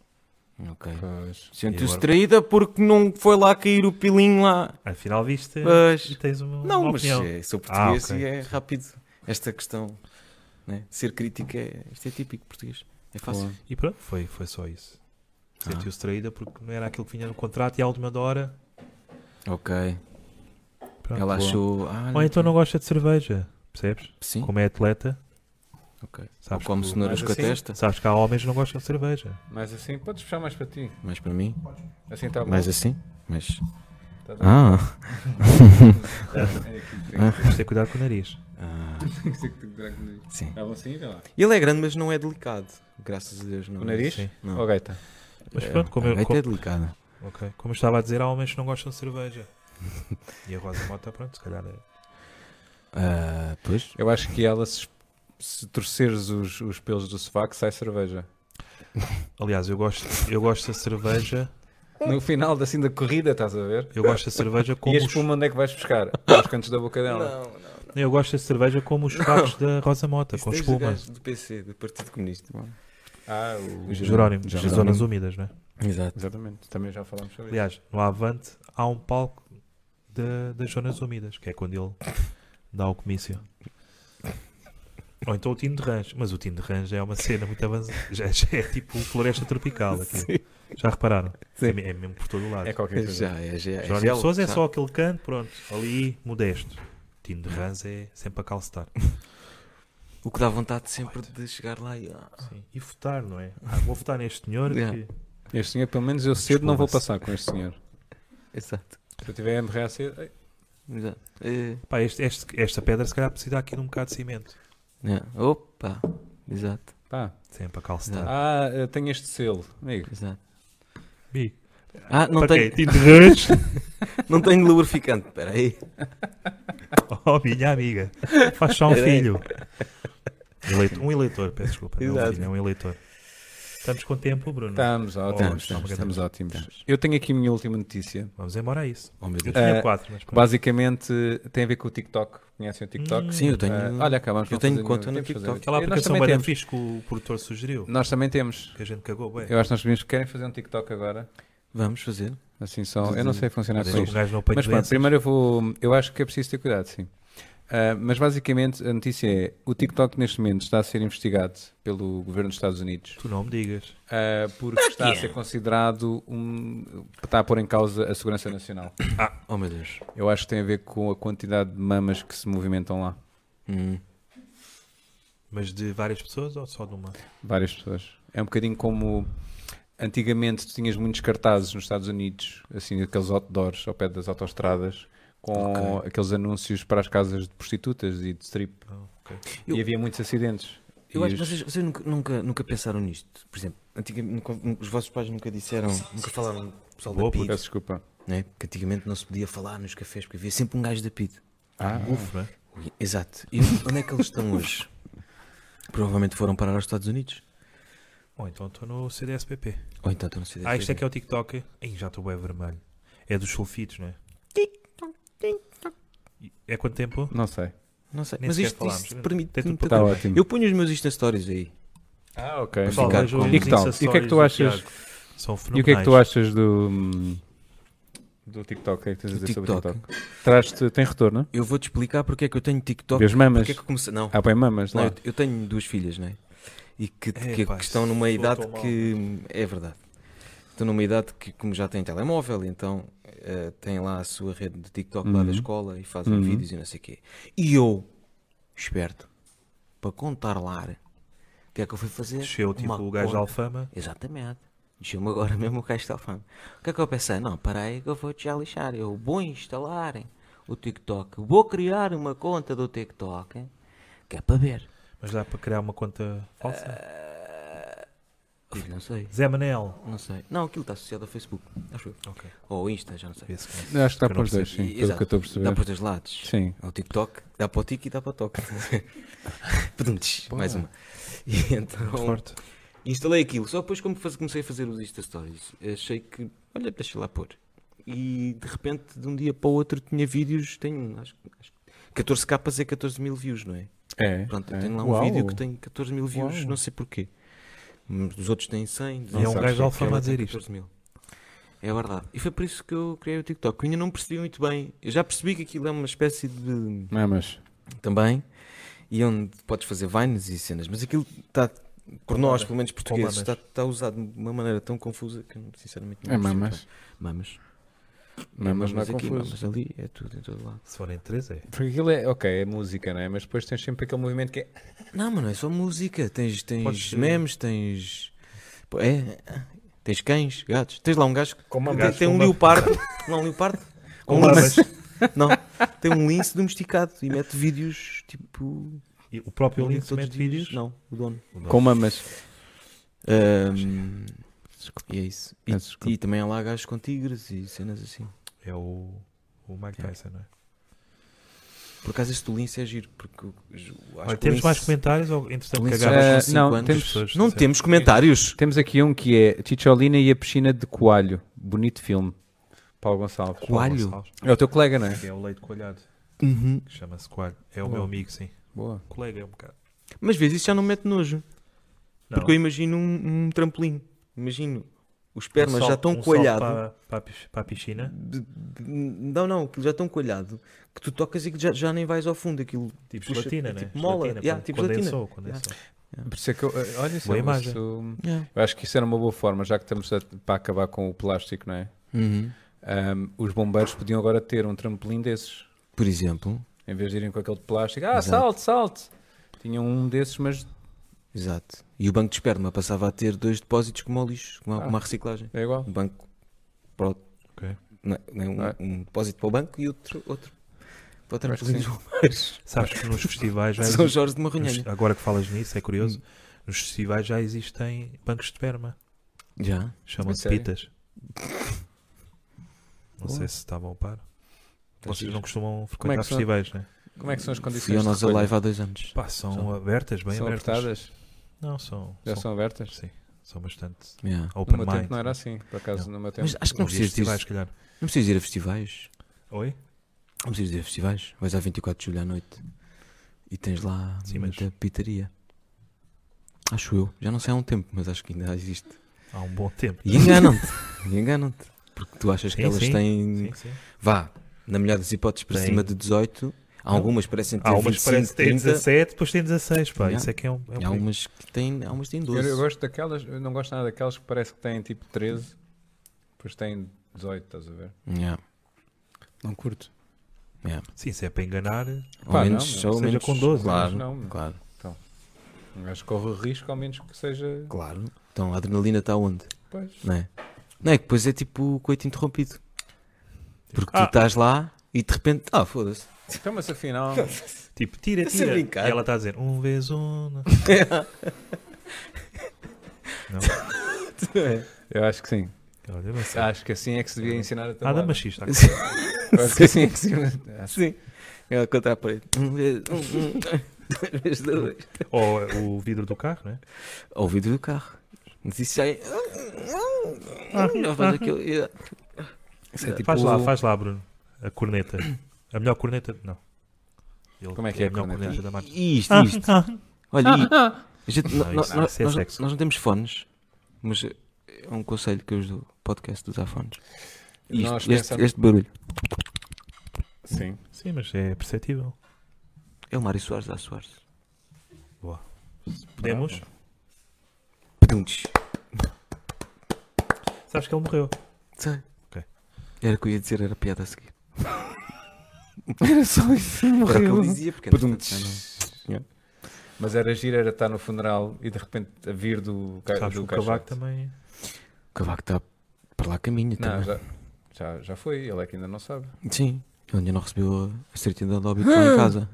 Speaker 3: Ok.
Speaker 1: Pois.
Speaker 3: Sentiu-se
Speaker 2: agora-
Speaker 3: traída porque não foi lá cair o pilinho lá.
Speaker 2: Afinal, viste
Speaker 3: Mas-
Speaker 2: e tens uma,
Speaker 3: Não,
Speaker 2: É, tipo, uma
Speaker 3: mas
Speaker 2: opinião.
Speaker 3: é, sou português
Speaker 2: Ah, ok.
Speaker 3: e é rápido. Esta questão, né? ser crítico, é, isto é típico português. É fácil.
Speaker 1: Boa.
Speaker 2: E pronto, foi, foi só isso.
Speaker 3: Ah.
Speaker 2: Sentiu-se traída porque não era aquilo que vinha no contrato e à última hora.
Speaker 3: Ok.
Speaker 2: Pronto,
Speaker 3: Ela
Speaker 2: boa.
Speaker 3: achou. Ah,
Speaker 2: Ou então não gosta de cerveja, percebes?
Speaker 3: Sim,
Speaker 2: Como é atleta,
Speaker 3: ok. Ou
Speaker 2: sabes,
Speaker 3: como
Speaker 2: que,
Speaker 3: cenouras
Speaker 1: mas
Speaker 3: com a
Speaker 1: assim-
Speaker 3: testa,
Speaker 2: sabes que há homens que não gostam de cerveja.
Speaker 1: Mas assim, podes puxar mais para ti.
Speaker 3: mais para mim,
Speaker 1: Assim
Speaker 2: Tá
Speaker 1: está bom.
Speaker 3: mais assim. Mas.
Speaker 2: assim-
Speaker 1: Tá bom. [laughs]
Speaker 3: Ah!
Speaker 2: Tens de ter cuidado com o nariz.
Speaker 3: Ah,
Speaker 1: tipo
Speaker 3: sim.
Speaker 1: Estavam assim, vê lá.
Speaker 3: Ele é grande, mas não é delicado. Graças a Deus, não é?
Speaker 1: O nariz?
Speaker 2: Sim.
Speaker 3: Não.
Speaker 1: Ou gaita?
Speaker 2: Mas pronto, como
Speaker 3: a
Speaker 2: eu-
Speaker 3: gaita
Speaker 2: como-
Speaker 3: é delicada.
Speaker 2: Ok. Como eu estava a dizer, há homens que não gostam de cerveja. [laughs] E a Rosa Mota, pronto, se calhar é.
Speaker 3: Ah, pois.
Speaker 1: Eu acho que ela, se, se torceres os, os pelos do sovaco, sai cerveja.
Speaker 2: Aliás, eu gosto, eu gosto da cerveja.
Speaker 1: No final assim, da corrida, estás a ver?
Speaker 2: Eu gosto da cerveja como
Speaker 1: E a
Speaker 2: os,
Speaker 1: espuma onde é que vais
Speaker 3: [laughs]
Speaker 1: buscar? Aos cantos da boca dela.
Speaker 2: eu gosto da cerveja como os facos da Rosa Mota,
Speaker 3: Isso
Speaker 2: tá com
Speaker 3: tens o
Speaker 2: espuma.
Speaker 3: gajo do PC, do Partido Comunista.
Speaker 1: Ah, o...
Speaker 2: Jerónimo, das
Speaker 1: Jerónimo.
Speaker 2: zonas úmidas, né?
Speaker 3: Exato.
Speaker 1: Exatamente, também já falámos sobre isso.
Speaker 2: Aliás, no Avante há um palco da- das zonas úmidas, que é quando ele dá o comício. Ou então o Tino de Range, mas o Tino de Range é uma cena muito avançada. Já, já é tipo floresta tropical aqui. Já repararam?
Speaker 3: Sim.
Speaker 2: É, me- é mesmo por todo o lado.
Speaker 1: É qualquer coisa.
Speaker 3: Já, é, já, é
Speaker 2: Jerónimo
Speaker 3: gelo,
Speaker 2: Pessoas é
Speaker 3: sabe?
Speaker 2: só aquele canto, pronto, ali modesto. Tino de Range é sempre a calcetar.
Speaker 3: O que dá vontade sempre de chegar lá e. ah,
Speaker 2: Sim. E votar, não é? Ah, vou votar neste
Speaker 3: [laughs]
Speaker 2: senhor
Speaker 3: Yeah.
Speaker 2: que-
Speaker 1: Este senhor, pelo menos eu cedo não vou
Speaker 2: Desculpa-se.
Speaker 1: passar com este senhor.
Speaker 3: Exato.
Speaker 1: Se eu tiver MRA cedo, ei,
Speaker 3: Exato. É,
Speaker 2: Pá, este- este- esta pedra se calhar precisa aqui de um bocado de cimento.
Speaker 3: é. Opa! Exato,
Speaker 1: pá.
Speaker 2: Sempre a
Speaker 3: É.
Speaker 2: calcetar.
Speaker 1: Ah, eu tenho este selo, amigo.
Speaker 3: exato.
Speaker 2: Bi,
Speaker 3: Ah, não,
Speaker 2: para quê?
Speaker 3: tenho,
Speaker 2: Tino de Range?
Speaker 3: não tenho lubrificante. Espera aí.
Speaker 2: [laughs] Oh, minha amiga, faz só um
Speaker 3: Era aí.
Speaker 2: filho. Eleito- um eleitor, peço desculpa. Não é um
Speaker 3: Exato.
Speaker 2: filho, é um eleitor. Estamos com tempo, Bruno.
Speaker 1: Estamos ótimos.
Speaker 2: estamos, estamos,
Speaker 1: Estamos ótimos.
Speaker 3: estamos.
Speaker 1: Eu tenho aqui a minha última notícia.
Speaker 2: Vamos embora a isso.
Speaker 3: Oh, meu
Speaker 2: Eu
Speaker 3: Deus.
Speaker 2: tinha
Speaker 1: Eh,
Speaker 2: quatro, mas pronto.
Speaker 1: Basicamente tem a ver com o TikTok. Conhecem o TikTok?
Speaker 2: Hum.
Speaker 3: Sim, eu tenho.
Speaker 1: Ah, olha, acabamos
Speaker 3: eu
Speaker 1: de
Speaker 3: tenho
Speaker 1: fazer-
Speaker 3: conta no
Speaker 1: temos de fazer-
Speaker 3: TikTok.
Speaker 2: Aquela
Speaker 1: Eh, nós
Speaker 2: aplicação
Speaker 1: também
Speaker 2: bem
Speaker 1: temos.
Speaker 2: fixe que o produtor sugeriu,
Speaker 1: Nós também temos.
Speaker 2: que a gente cagou bem.
Speaker 1: Eu acho que nós vimos que querem fazer um TikTok agora.
Speaker 3: Vamos fazer.
Speaker 1: Assim só. Eu não sei funcionar
Speaker 2: Só
Speaker 1: com
Speaker 2: que
Speaker 1: isto.
Speaker 2: um gajo não apanha
Speaker 1: Mas pronto,
Speaker 2: doenças.
Speaker 1: primeiro eu vou. Eu acho que é preciso ter cuidado, sim. Ah, mas basicamente a notícia é: o TikTok neste momento está a ser investigado pelo governo dos Estados Unidos
Speaker 2: Tu não me digas.
Speaker 1: ah, porque está a ser considerado um. está a pôr em causa a segurança nacional.
Speaker 3: Oh, meu Deus.
Speaker 1: Eu acho que tem a ver com a quantidade de mamas que se movimentam lá.
Speaker 3: Hum.
Speaker 2: Mas de várias pessoas ou só de uma?
Speaker 1: Várias pessoas. É um bocadinho como antigamente tu tinhas muitos cartazes nos Estados Unidos, assim, aqueles outdoors ao pé das autoestradas, com
Speaker 3: Ok.
Speaker 1: aqueles anúncios para as casas de prostitutas e de strip.
Speaker 2: Ah, ok.
Speaker 1: E
Speaker 3: Eu-
Speaker 1: havia muitos acidentes.
Speaker 3: Eu
Speaker 1: E
Speaker 3: acho que
Speaker 1: os-
Speaker 3: vocês, vocês nunca, nunca, nunca pensaram nisto. Por exemplo, antigamente nunca- nunca- os vossos pais nunca disseram, nunca falaram do pessoal
Speaker 2: Boa,
Speaker 3: da PID,
Speaker 1: Peço desculpa.
Speaker 3: né? porque antigamente não se podia falar nos cafés, porque havia sempre um gajo da PID. Ah.
Speaker 2: Uf, não é?
Speaker 3: Exato. E onde é que eles estão hoje? Provavelmente foram parar aos Estados Unidos.
Speaker 2: Ou então estou no CDSPP.
Speaker 3: Ou então estão no CDC.
Speaker 2: Ah, isto é que é o TikTok. Ih, já estou bem vermelho. É dos sulfitos, não é? E É quanto tempo?
Speaker 1: Não sei.
Speaker 3: Não sei,
Speaker 2: Nem
Speaker 3: mas
Speaker 2: sequer
Speaker 3: isto,
Speaker 2: falámos.
Speaker 3: isto permite...
Speaker 2: Tem tudo
Speaker 3: muita
Speaker 1: Está
Speaker 3: coisa.
Speaker 1: ótimo.
Speaker 3: Eu ponho os meus Insta Stories aí.
Speaker 1: Ah, ok.
Speaker 3: Pessoal,
Speaker 1: Fica-
Speaker 3: vejam os
Speaker 1: E que tal? E o que é que é tu achas? E
Speaker 2: São
Speaker 1: o que é que
Speaker 2: fenomenais.
Speaker 1: tu achas do, do TikTok? O que é que tens a
Speaker 3: Do
Speaker 1: dizer sobre o
Speaker 3: TikTok.
Speaker 1: TikTok? Traz-te, tem retorno?
Speaker 3: Eu vou-te explicar porque é que eu tenho TikTok.
Speaker 1: Vês mamas?
Speaker 3: Porque é que eu comecei. Não,
Speaker 1: Ah, bem, mamas,
Speaker 3: não
Speaker 1: lá.
Speaker 3: eu, eu tenho duas filhas, não é? E que, que,
Speaker 2: Epá,
Speaker 3: que estão numa
Speaker 2: isso
Speaker 3: idade
Speaker 2: soa tão
Speaker 3: que. É verdade. Estão numa idade que, como já têm telemóvel, então eh, têm lá a sua rede de TikTok lá da
Speaker 1: Uhum.
Speaker 3: escola e fazem
Speaker 1: Uhum.
Speaker 3: vídeos e não sei o quê. E eu, esperto, para contar lá, o que é que eu fui fazer?
Speaker 2: Desceu tipo
Speaker 3: Uma
Speaker 2: o gajo da
Speaker 3: conta-
Speaker 2: Alfama.
Speaker 3: Exatamente. Deixa-me agora [laughs] mesmo o gajo de alfama. O que é que eu pensei? Não, para aí que eu vou-te já lixar. Eu vou instalar hein, o TikTok. Vou criar uma conta do TikTok. hein, Que é para ver.
Speaker 2: Mas dá para criar uma conta falsa?
Speaker 3: Ui, Tipo, não sei.
Speaker 2: Zé Manel.
Speaker 3: Não sei. Não, aquilo está associado ao Facebook. Acho eu.
Speaker 2: Ok.
Speaker 3: Ou ao Insta, já não sei.
Speaker 2: Vê se consegue.
Speaker 1: Eu Acho que dá
Speaker 2: Eu
Speaker 1: para
Speaker 2: não
Speaker 1: os dois,
Speaker 3: E-
Speaker 1: sim. Pelo que eu estou a perceber.
Speaker 3: Dá para os dois lados.
Speaker 1: é. Sim.
Speaker 3: Ao TikTok. Dá para o Tik e dá para o Tok. [laughs] Peduntes. Mais uma. E então.
Speaker 2: Forte.
Speaker 3: Instalei aquilo, só depois como faz- comecei a fazer os Insta Stories, achei que, olha, deixa lá pôr. E de repente, de um dia para o outro, tinha vídeos, tenho, acho, que- acho que 14 capas é 14 mil views, não é?
Speaker 1: É.
Speaker 3: Pronto,
Speaker 1: é.
Speaker 3: eu tenho lá um
Speaker 1: Uau.
Speaker 3: vídeo que tem 14 mil views,
Speaker 1: Uau.
Speaker 3: não sei porquê. Mas Os outros têm 100,
Speaker 2: E é um
Speaker 3: 200,
Speaker 2: gajo de Alfama a
Speaker 3: aquela tem
Speaker 2: dizer isto.
Speaker 3: 14 mil. É verdade. E foi por isso que eu criei o TikTok. Eu ainda não percebi muito bem. Eu já percebi que aquilo é uma espécie de
Speaker 1: Mamas.
Speaker 3: também, e onde podes fazer vines e cenas, mas aquilo está, por nós,
Speaker 2: Roubada.
Speaker 3: pelo menos portugueses, está,
Speaker 2: Roubadas.
Speaker 3: está usado de uma maneira tão confusa que eu, sinceramente não
Speaker 1: É
Speaker 3: percebo
Speaker 1: mamas.
Speaker 3: bem. Mamas. É
Speaker 1: Mamas não é
Speaker 3: aqui,
Speaker 1: confuso.
Speaker 3: mamas ali, é tudo em todo lado.
Speaker 2: Se forem três, é.
Speaker 1: Porque aquilo é, ok, é música, não é? Mas depois tens sempre aquele movimento que é.
Speaker 3: Não, mas não é só música, tens, tens
Speaker 2: Podes- eh,
Speaker 3: memes, tens. pô, É, tens cães, gatos. Tens lá um gajo que
Speaker 1: Com
Speaker 3: tem,
Speaker 1: mamas.
Speaker 2: Gatos
Speaker 3: tem
Speaker 2: com
Speaker 3: um
Speaker 2: mamas.
Speaker 3: leopardo. [laughs] Não, um leopardo?
Speaker 2: Com
Speaker 3: Um
Speaker 2: mamas.
Speaker 3: lince. [laughs] Não, tem um lince domesticado e mete vídeos tipo.
Speaker 2: E o próprio
Speaker 3: ali
Speaker 2: Lince um
Speaker 3: todos
Speaker 2: mete
Speaker 3: os dias.
Speaker 2: vídeos.
Speaker 3: Não, o dono.
Speaker 1: Com mamas.
Speaker 3: Ahm, e é isso. E,
Speaker 1: Peço desculpa.
Speaker 3: e também há lá gajos com tigres e cenas assim.
Speaker 2: É o, o Mike Tyson, não é?
Speaker 3: Por acaso este do lince é giro, porque eu- eu acho
Speaker 2: Olha,
Speaker 3: que o
Speaker 2: temos
Speaker 3: lince-
Speaker 2: mais comentários ou entretanto
Speaker 3: Lince
Speaker 2: cagavas
Speaker 3: já-
Speaker 1: Ah,
Speaker 3: com cinco
Speaker 1: não,
Speaker 3: anos,
Speaker 1: temos,
Speaker 2: pessoas?
Speaker 3: Não
Speaker 2: Sim.
Speaker 3: temos comentários.
Speaker 1: temos aqui um que é Chicholina e a Piscina de Coalho. Bonito filme. Paulo Gonçalves.
Speaker 2: Paulo
Speaker 3: Coalho?
Speaker 2: Gonçalves,
Speaker 1: É o teu colega, não é?
Speaker 2: que É o leite coalhado.
Speaker 3: Uhum.
Speaker 2: que Chama-se coalho. É o
Speaker 1: Boa.
Speaker 2: meu amigo, sim.
Speaker 1: Boa.
Speaker 2: Colega é um bocado.
Speaker 3: Mas vês, isso já não mete nojo.
Speaker 2: Não,
Speaker 3: Porque eu imagino um, um trampolim. Imagino os
Speaker 2: um
Speaker 3: pernas já
Speaker 2: salto-
Speaker 3: tão
Speaker 2: um salto
Speaker 3: coalhado.
Speaker 2: Para, para, a pis- para a piscina.
Speaker 3: de- de- Não, não, aquilo já tão coalhado que tu tocas e que já, já nem vais ao fundo. Aquilo
Speaker 2: Tipo
Speaker 3: Puxa,
Speaker 2: gelatina,
Speaker 3: é
Speaker 2: né?
Speaker 3: tipo mola,
Speaker 2: Gelatina,
Speaker 3: yeah,
Speaker 2: quando-
Speaker 3: tipo
Speaker 2: condensou, condensou.
Speaker 1: Por isso é que eu, ah, olha, isso
Speaker 2: Boa
Speaker 1: é uma-
Speaker 2: imagem.
Speaker 1: isso- Eu acho que isso era uma boa forma, já que estamos a- para acabar com o plástico, não é?
Speaker 3: Uhum.
Speaker 1: Ahm, os bombeiros podiam agora ter um trampolim desses.
Speaker 3: por exemplo,
Speaker 1: Em vez de irem com aquele de plástico. Ah,
Speaker 3: Exato.
Speaker 1: salte, salte. Tinham um desses, mas
Speaker 3: exato. E o banco de esperma passava a ter dois depósitos como ao lixo, como a-
Speaker 1: Ah.
Speaker 3: como a reciclagem.
Speaker 1: é igual.
Speaker 3: um banco para o,
Speaker 2: Ok.
Speaker 3: não é- não é um,
Speaker 1: Ah.
Speaker 3: um depósito para o banco e outro, outro para o
Speaker 1: Acho que
Speaker 3: trampolim dos
Speaker 1: sim.
Speaker 3: bombeiros.
Speaker 2: Sabes que nos festivais já
Speaker 3: [laughs] São
Speaker 2: existe,
Speaker 3: Jorge de
Speaker 2: nos-
Speaker 3: Marronhanha.
Speaker 2: agora que falas nisso, é curioso. Nos festivais já existem bancos de esperma.
Speaker 3: Já?
Speaker 2: Chamam-se
Speaker 1: sério?
Speaker 2: pitas. Não sei se estavam a par. Vocês não costumam
Speaker 1: Como é
Speaker 2: frequentar
Speaker 1: que são?
Speaker 2: festivais, né?
Speaker 1: Como é que são as condições?
Speaker 3: Fui ao
Speaker 1: de
Speaker 3: Nós
Speaker 1: recolha?
Speaker 3: Alive há dois anos.
Speaker 2: Pá, são
Speaker 3: São-
Speaker 2: abertas, bem
Speaker 1: São
Speaker 2: abertas.
Speaker 1: apertadas?
Speaker 2: Não, são.
Speaker 1: Já
Speaker 2: são,
Speaker 1: são abertas?
Speaker 2: Sim, são bastante.
Speaker 3: Yeah.
Speaker 1: No
Speaker 2: Open
Speaker 1: meu
Speaker 2: mind.
Speaker 1: tempo não era assim, por acaso, no meu tempo.
Speaker 3: Mas acho que não
Speaker 2: Havia
Speaker 3: precisas,
Speaker 2: um festivais,
Speaker 3: disso.
Speaker 2: se calhar.
Speaker 3: não precisas ir a festivais.
Speaker 2: Oi?
Speaker 3: Não precisas ir a festivais. Vais à 24 de julho à noite e tens lá
Speaker 2: Sim, mas-
Speaker 3: muita pitaria. Acho eu. Já não sei há um tempo, mas acho que ainda existe.
Speaker 2: [laughs] Há um bom tempo.
Speaker 3: E enganam-te. e enganam-te. Porque tu achas que
Speaker 2: Sim,
Speaker 3: elas
Speaker 2: sim.
Speaker 3: têm
Speaker 2: Sim, sim.
Speaker 3: Vá, na melhor das hipóteses, para
Speaker 2: Tem-
Speaker 3: cima de 18. Há algumas que parecem ter
Speaker 2: Há umas que
Speaker 3: 25,
Speaker 2: parece que têm
Speaker 3: 30,
Speaker 2: 17, depois têm 16. Pá,
Speaker 3: Yeah.
Speaker 2: isso é que é um. É um
Speaker 3: e há umas que têm, há umas que têm
Speaker 1: Eu,
Speaker 3: 12.
Speaker 1: eu gosto daquelas, eu não gosto nada daquelas que parece que têm tipo 13, depois têm 18, estás a ver?
Speaker 3: Yeah,
Speaker 1: Não curto.
Speaker 3: yeah.
Speaker 2: perigo. Sim, se é para enganar.
Speaker 3: Ao
Speaker 1: Pá,
Speaker 3: menos,
Speaker 1: não,
Speaker 3: só ao
Speaker 2: seja
Speaker 3: menos,
Speaker 2: com 12,
Speaker 3: claro,
Speaker 1: mas não, meu.
Speaker 3: claro,
Speaker 1: Um gajo corre o risco, ao menos que seja.
Speaker 3: claro. Então a adrenalina está onde?
Speaker 1: Pois.
Speaker 3: Não é? Não é que depois é tipo o coito interrompido. Porque tu
Speaker 2: Ah.
Speaker 3: estás lá e de repente, ah, foda-se.
Speaker 1: Então, mas afinal.
Speaker 2: Tipo, tira,
Speaker 1: é
Speaker 3: Sem
Speaker 2: tira.
Speaker 3: brincar.
Speaker 2: E ela está a dizer, um vez um. não."
Speaker 1: eu acho que sim.
Speaker 2: Olha, mas.
Speaker 1: Acho que assim é que se devia ensinar a
Speaker 2: Nada
Speaker 1: tabuada.
Speaker 2: machista.
Speaker 1: Eu Acho que assim é que
Speaker 2: [laughs]
Speaker 1: se devia. Acho-
Speaker 3: Sim. Ela contra a parede. Um, dois, um, um, dois, vezes dois.
Speaker 2: Ou é o vidro do carro, né?
Speaker 3: Ao vidro do carro. Mas isso já é. Já faz aquilo. yeah.
Speaker 1: Isso é tipo.
Speaker 2: Faz lá, faz lá, Bruno. A corneta. A melhor corneta. Não. Ele
Speaker 1: Como é que é
Speaker 2: tem
Speaker 1: a
Speaker 2: a melhor
Speaker 1: corneta?
Speaker 2: corneta, da marca?
Speaker 3: E isto, isto. Olha, e- a gente-
Speaker 2: Não,
Speaker 3: nó- nó-
Speaker 2: isso-
Speaker 3: nós,
Speaker 2: isso é sexo.
Speaker 3: nós não temos fones, mas eh, é um conselho que eu vos dou, podcast dos iPhones. Isto,
Speaker 1: Nós
Speaker 3: este,
Speaker 1: pensamos-
Speaker 3: este barulho
Speaker 1: Sim.
Speaker 2: Sim, mas é perceptível.
Speaker 3: é o Mário Soares da Soares.
Speaker 2: Boa. Podemos?
Speaker 3: Pedunches.
Speaker 2: Sabes que ele morreu.
Speaker 3: Sei.
Speaker 2: Ok.
Speaker 3: Era o que eu ia dizer, era a piada a seguir. [laughs] era só isso. Era o que ele dizia, porque era
Speaker 1: Mas era giro, era estar no funeral e de repente a vir do, ca...
Speaker 2: Sabes que
Speaker 1: do
Speaker 2: o Cavaco
Speaker 1: caixote.
Speaker 2: também.
Speaker 3: O cavaco está para lá caminho
Speaker 1: Não,
Speaker 3: também.
Speaker 1: já, já, já foi, ele é que ainda não sabe.
Speaker 3: Sim. Ah, Ele ainda não recebeu a certidão de óbito lá em casa.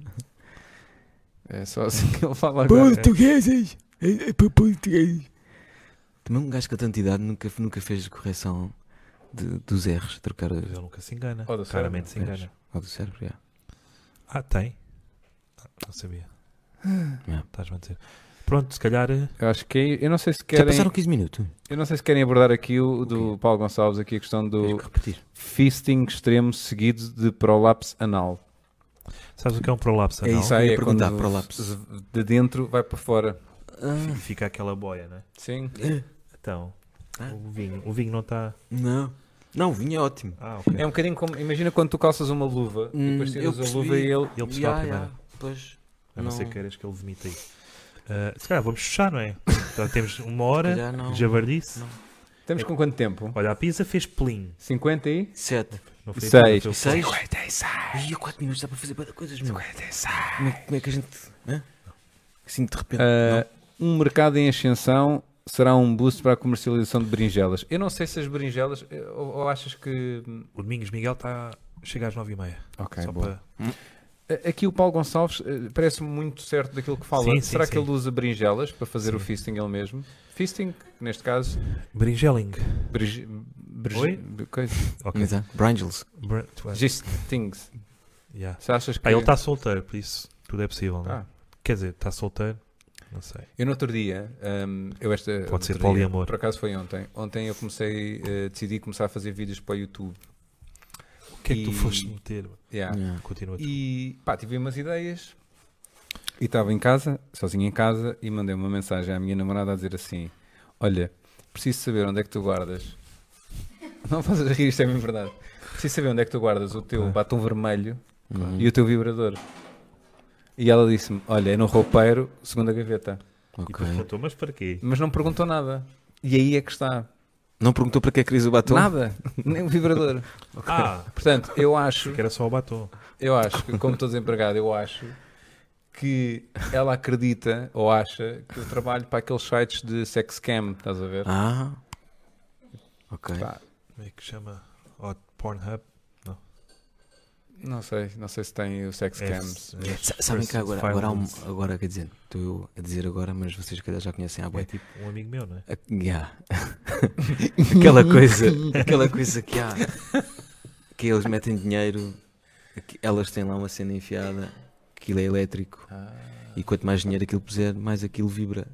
Speaker 1: É só assim que ele fala agora.
Speaker 3: Portugueses! É, é para portugueses! Também um gajo com tanta idade nunca, nunca fez correção de- dos erros, trocar
Speaker 2: Mas
Speaker 3: a-
Speaker 2: ele nunca se engana.
Speaker 1: Ou do
Speaker 2: Claramente se
Speaker 3: cérebro.
Speaker 2: engana.
Speaker 3: ao do cérebro. já.
Speaker 2: Ah, tem. Ah, Não sabia. Ah,
Speaker 3: É.
Speaker 2: Estás-me a dizer. Pronto, se calhar. eh,
Speaker 1: Eu acho que é, eu não sei se
Speaker 3: Já
Speaker 1: querem,
Speaker 3: passaram 15 minutos.
Speaker 1: eu não sei se querem abordar aqui o do Paulo Gonçalves aqui a questão
Speaker 3: Tens
Speaker 1: do
Speaker 3: que repetir.
Speaker 1: fisting extremo seguido de prolapse anal.
Speaker 2: Sabes o que é um prolapso?
Speaker 3: É
Speaker 2: anal?
Speaker 3: isso. eu ia perguntar,
Speaker 1: quando
Speaker 3: prolapse.
Speaker 1: z- De dentro vai para fora.
Speaker 2: Fica- Fica aquela boia, né?
Speaker 1: Sim.
Speaker 3: É.
Speaker 2: Então,
Speaker 3: Ah.
Speaker 2: o vinho. O vinho não está.
Speaker 3: Não. Não, o vinho é ótimo.
Speaker 2: Ah, ok.
Speaker 1: É um bocadinho como. Imagina quando tu calças uma luva e depois
Speaker 3: Hum,
Speaker 1: tiras
Speaker 3: eu
Speaker 1: a luva e
Speaker 3: percebi.
Speaker 1: ele.
Speaker 2: Ele pescou a primeira.
Speaker 3: Pois.
Speaker 2: A não, ser
Speaker 3: Não.
Speaker 2: que queiras que ele vomite aí. Ah, se calhar vamos fechar, não é? Então, temos uma
Speaker 3: Se
Speaker 2: hora
Speaker 3: calhar não.
Speaker 2: de jabardice.
Speaker 3: Não.
Speaker 1: Estamos com quanto tempo?
Speaker 2: Olha, a pizza fez plim.
Speaker 1: 50 e?
Speaker 3: Sete.
Speaker 2: Não foi
Speaker 1: Seis.
Speaker 2: plim, foi o plim.
Speaker 3: 6? 56. Ih, 4 minutos dá para fazer boas coisas, meu. 56. Como é, como é que a gente. Hã? Assim de repente.
Speaker 1: Ah, um mercado em ascensão será um boost para a comercialização de berinjelas. Eu não sei se as berinjelas. eh, Ou, ou achas que. hum,
Speaker 2: O Domingos Miguel está. Chega às 9h30.
Speaker 1: Ok,
Speaker 2: só
Speaker 1: boa.
Speaker 2: para.
Speaker 1: A- Aqui o Paulo Gonçalves eh, parece-me muito certo daquilo que fala.
Speaker 2: Sim, sim,
Speaker 1: Será que
Speaker 2: sim.
Speaker 1: ele usa berinjelas para fazer
Speaker 2: Sim.
Speaker 1: o fisting ele mesmo? Fisting, neste caso.
Speaker 2: Berinjeling.
Speaker 1: Berge... berge-
Speaker 2: Oi?
Speaker 1: coisa-
Speaker 2: Ok.
Speaker 3: não.
Speaker 1: Hum.
Speaker 3: Exato. Brangels.
Speaker 2: Ber- tu és-
Speaker 1: Gistings.
Speaker 2: Yeah.
Speaker 1: Se achas que.
Speaker 2: Ah, ele está solteiro, por isso tudo é possível, não é?
Speaker 1: Ah,
Speaker 2: Quer dizer, está solteiro? Não sei.
Speaker 1: Eu no outro dia, hum, eu esta outro
Speaker 2: ser
Speaker 1: dia,
Speaker 2: poliamor.
Speaker 1: Por acaso foi ontem. Ontem eu comecei, eh, decidi começar a fazer vídeos para o YouTube.
Speaker 2: O que é que tu
Speaker 1: E-
Speaker 2: foste meter?
Speaker 1: Yeah.
Speaker 3: Yeah.
Speaker 2: Continua. tu.
Speaker 1: E pá, tive umas ideias e estava em casa, sozinho em casa, e mandei uma mensagem à minha namorada a dizer assim: Olha, preciso saber onde é que tu guardas. [laughs] Não faças rir, isto é mesmo verdade. Preciso saber onde é que tu guardas o teu batom vermelho
Speaker 3: Uhum.
Speaker 1: e o teu vibrador. E ela disse-me: Olha, é no roupeiro, segunda gaveta.
Speaker 2: E
Speaker 3: Ok.
Speaker 2: depois perguntou, mas para quê?
Speaker 1: Mas não perguntou nada. E aí é que está.
Speaker 3: Não perguntou para que é que querias o batom?
Speaker 1: Nada, nem o vibrador.
Speaker 2: Ah,
Speaker 1: Portanto, eu acho,
Speaker 2: que era só o batom.
Speaker 1: eu acho que, como estou desempregado, eu acho que ela acredita ou acha que eu trabalho para aqueles sites de sex cam, estás a ver?
Speaker 3: Ah. Ok.
Speaker 1: Pá,
Speaker 2: Como é que chama? Ó, Pornhub?
Speaker 1: não sei, não sei se tem o sex
Speaker 2: É,
Speaker 1: cams.
Speaker 2: é,
Speaker 3: Sa- Sabem que agora, agora, há um-
Speaker 2: Fireballs.
Speaker 3: agora, quer dizer, estou eu a dizer agora, mas vocês se calhar já conhecem há
Speaker 2: É
Speaker 3: bué.
Speaker 2: tipo um amigo meu, não é?
Speaker 3: A- yeah. [laughs] aquela coisa, aquela coisa que há, que eles metem dinheiro, que elas têm lá uma cena enfiada, aquilo é elétrico e quanto mais dinheiro aquilo puser, mais aquilo vibra.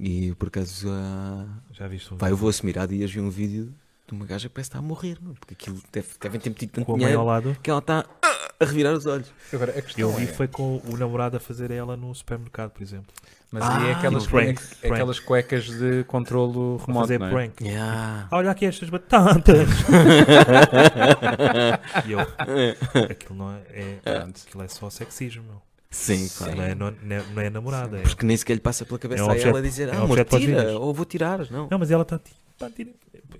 Speaker 3: E por acaso há,
Speaker 2: Já viste um
Speaker 3: Pá, eu vou assumir. Há dias vi um vídeo de uma gaja que parece estar a morrer, meu, porque aquilo deve, devem ter metido tanto
Speaker 2: com a mãe ao
Speaker 3: dinheiro
Speaker 2: lado?
Speaker 3: que ela está a revirar os olhos.
Speaker 1: Agora, a
Speaker 2: Eu
Speaker 1: questão
Speaker 2: vi
Speaker 1: é,
Speaker 2: foi com o namorado a fazer a ela no supermercado, por exemplo.
Speaker 1: mas aí é
Speaker 3: Ah,
Speaker 1: aquelas,
Speaker 2: e prank,
Speaker 1: cuecas-
Speaker 2: prank.
Speaker 1: aquelas cuecas de controlo
Speaker 2: A
Speaker 1: remoto,
Speaker 2: fazer
Speaker 1: não é?
Speaker 2: prank.
Speaker 3: Yeah.
Speaker 2: Ah, Olha aqui
Speaker 1: [laughs]
Speaker 2: estas batatas. e eu, aquilo não é, é-
Speaker 1: Pronto.
Speaker 2: aquilo é só sexismo, meu.
Speaker 3: Sim, claro.
Speaker 2: Não é, não, não é- não é namorada. é-
Speaker 3: Porque nem sequer lhe passa pela cabeça
Speaker 2: É um
Speaker 3: a
Speaker 2: objeto-
Speaker 3: ela dizer,
Speaker 2: é
Speaker 3: ah,
Speaker 2: um
Speaker 3: amor,
Speaker 2: objeto para os
Speaker 3: tira,
Speaker 2: vídeos.
Speaker 3: ou vou tirar. Não,
Speaker 2: Não, mas ela está tipo. pá, tira-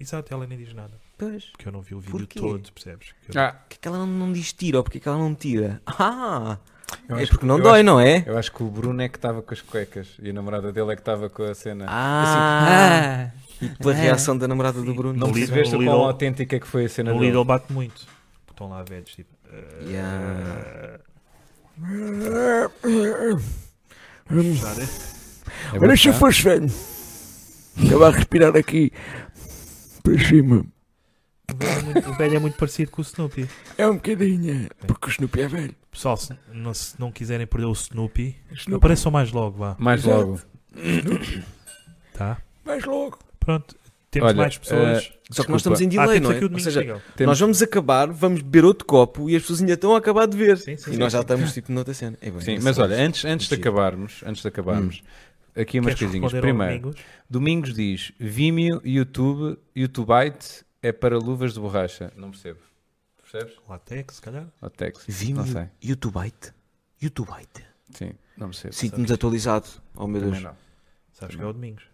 Speaker 2: Exato, ela nem diz nada.
Speaker 3: pois.
Speaker 2: Porque eu não vi o vídeo
Speaker 3: Porquê?
Speaker 2: todo, percebes? Que eu-
Speaker 1: Ah,
Speaker 3: Porquê é que ela não, não diz tira, ou porquê é que ela não tira? Ah,
Speaker 1: Eu
Speaker 3: é
Speaker 1: acho
Speaker 3: porque
Speaker 1: que-
Speaker 3: não
Speaker 1: eu
Speaker 3: dói,
Speaker 1: acho-
Speaker 3: não é?
Speaker 1: eu acho que o Bruno é que estava com as cuecas e a namorada dele é que estava com a cena.
Speaker 3: Ah, e pela reação da namorada do Bruno.
Speaker 1: Assim, Não
Speaker 2: No Lidl-
Speaker 1: percebeste o
Speaker 2: no
Speaker 1: quão
Speaker 2: Lidl-
Speaker 1: autêntica que foi a cena
Speaker 2: No
Speaker 1: dele.
Speaker 2: Lidl bate muito. Porque Estão lá velhos, tipo. eh,
Speaker 3: Yeah.
Speaker 1: É bom, tá?
Speaker 2: fechar, eh?
Speaker 3: fosse velho. Estava a respirar aqui para cima. um
Speaker 2: O velho é muito- o velho é muito parecido com o Snoopy.
Speaker 3: É um bocadinho, porque o Snoopy é velho.
Speaker 2: Pessoal, se não, se não quiserem perder o Snoopy, apareçam mais logo, vá.
Speaker 1: Mais
Speaker 3: Exato.
Speaker 1: logo.
Speaker 2: Tá?
Speaker 3: Vais logo.
Speaker 2: Pronto, temos
Speaker 1: Olha, eh,
Speaker 2: mais pessoas.
Speaker 3: Só que
Speaker 1: Desculpa.
Speaker 3: nós estamos em
Speaker 2: ah,
Speaker 3: delay,
Speaker 2: temos
Speaker 3: não é?
Speaker 2: aqui o
Speaker 3: Ou
Speaker 2: Domingos
Speaker 3: seja,
Speaker 2: Miguel.
Speaker 1: Temos-
Speaker 3: nós vamos acabar, vamos beber outro copo e as pessoas ainda estão a acabar de ver.
Speaker 2: Sim, sim,
Speaker 3: e
Speaker 2: sim,
Speaker 3: nós já
Speaker 2: sim.
Speaker 3: estamos tipo noutra cena. É bem,
Speaker 1: Sim,
Speaker 3: é
Speaker 1: mas
Speaker 3: só-
Speaker 1: olha, antes, antes de
Speaker 3: Giro.
Speaker 1: acabarmos, antes de acabarmos, aqui umas
Speaker 2: Hum. Queres
Speaker 1: coisinhas.
Speaker 2: responder ao
Speaker 1: Primeiro,
Speaker 2: Domingos?
Speaker 1: Domingos diz: Vimeo, YouTube, YouTubeite é para luvas de borracha. Não percebo. Percebes?
Speaker 2: Latex, se calhar.
Speaker 1: Ou Tex.
Speaker 3: Vimeo,
Speaker 1: Não sei.
Speaker 3: YouTubeite. YouTubeite.
Speaker 1: Sim, não percebo.
Speaker 3: Sinto-me desatualizado. Oh meu
Speaker 1: Também
Speaker 3: Deus.
Speaker 1: não.
Speaker 2: Sabes que é o Domingos.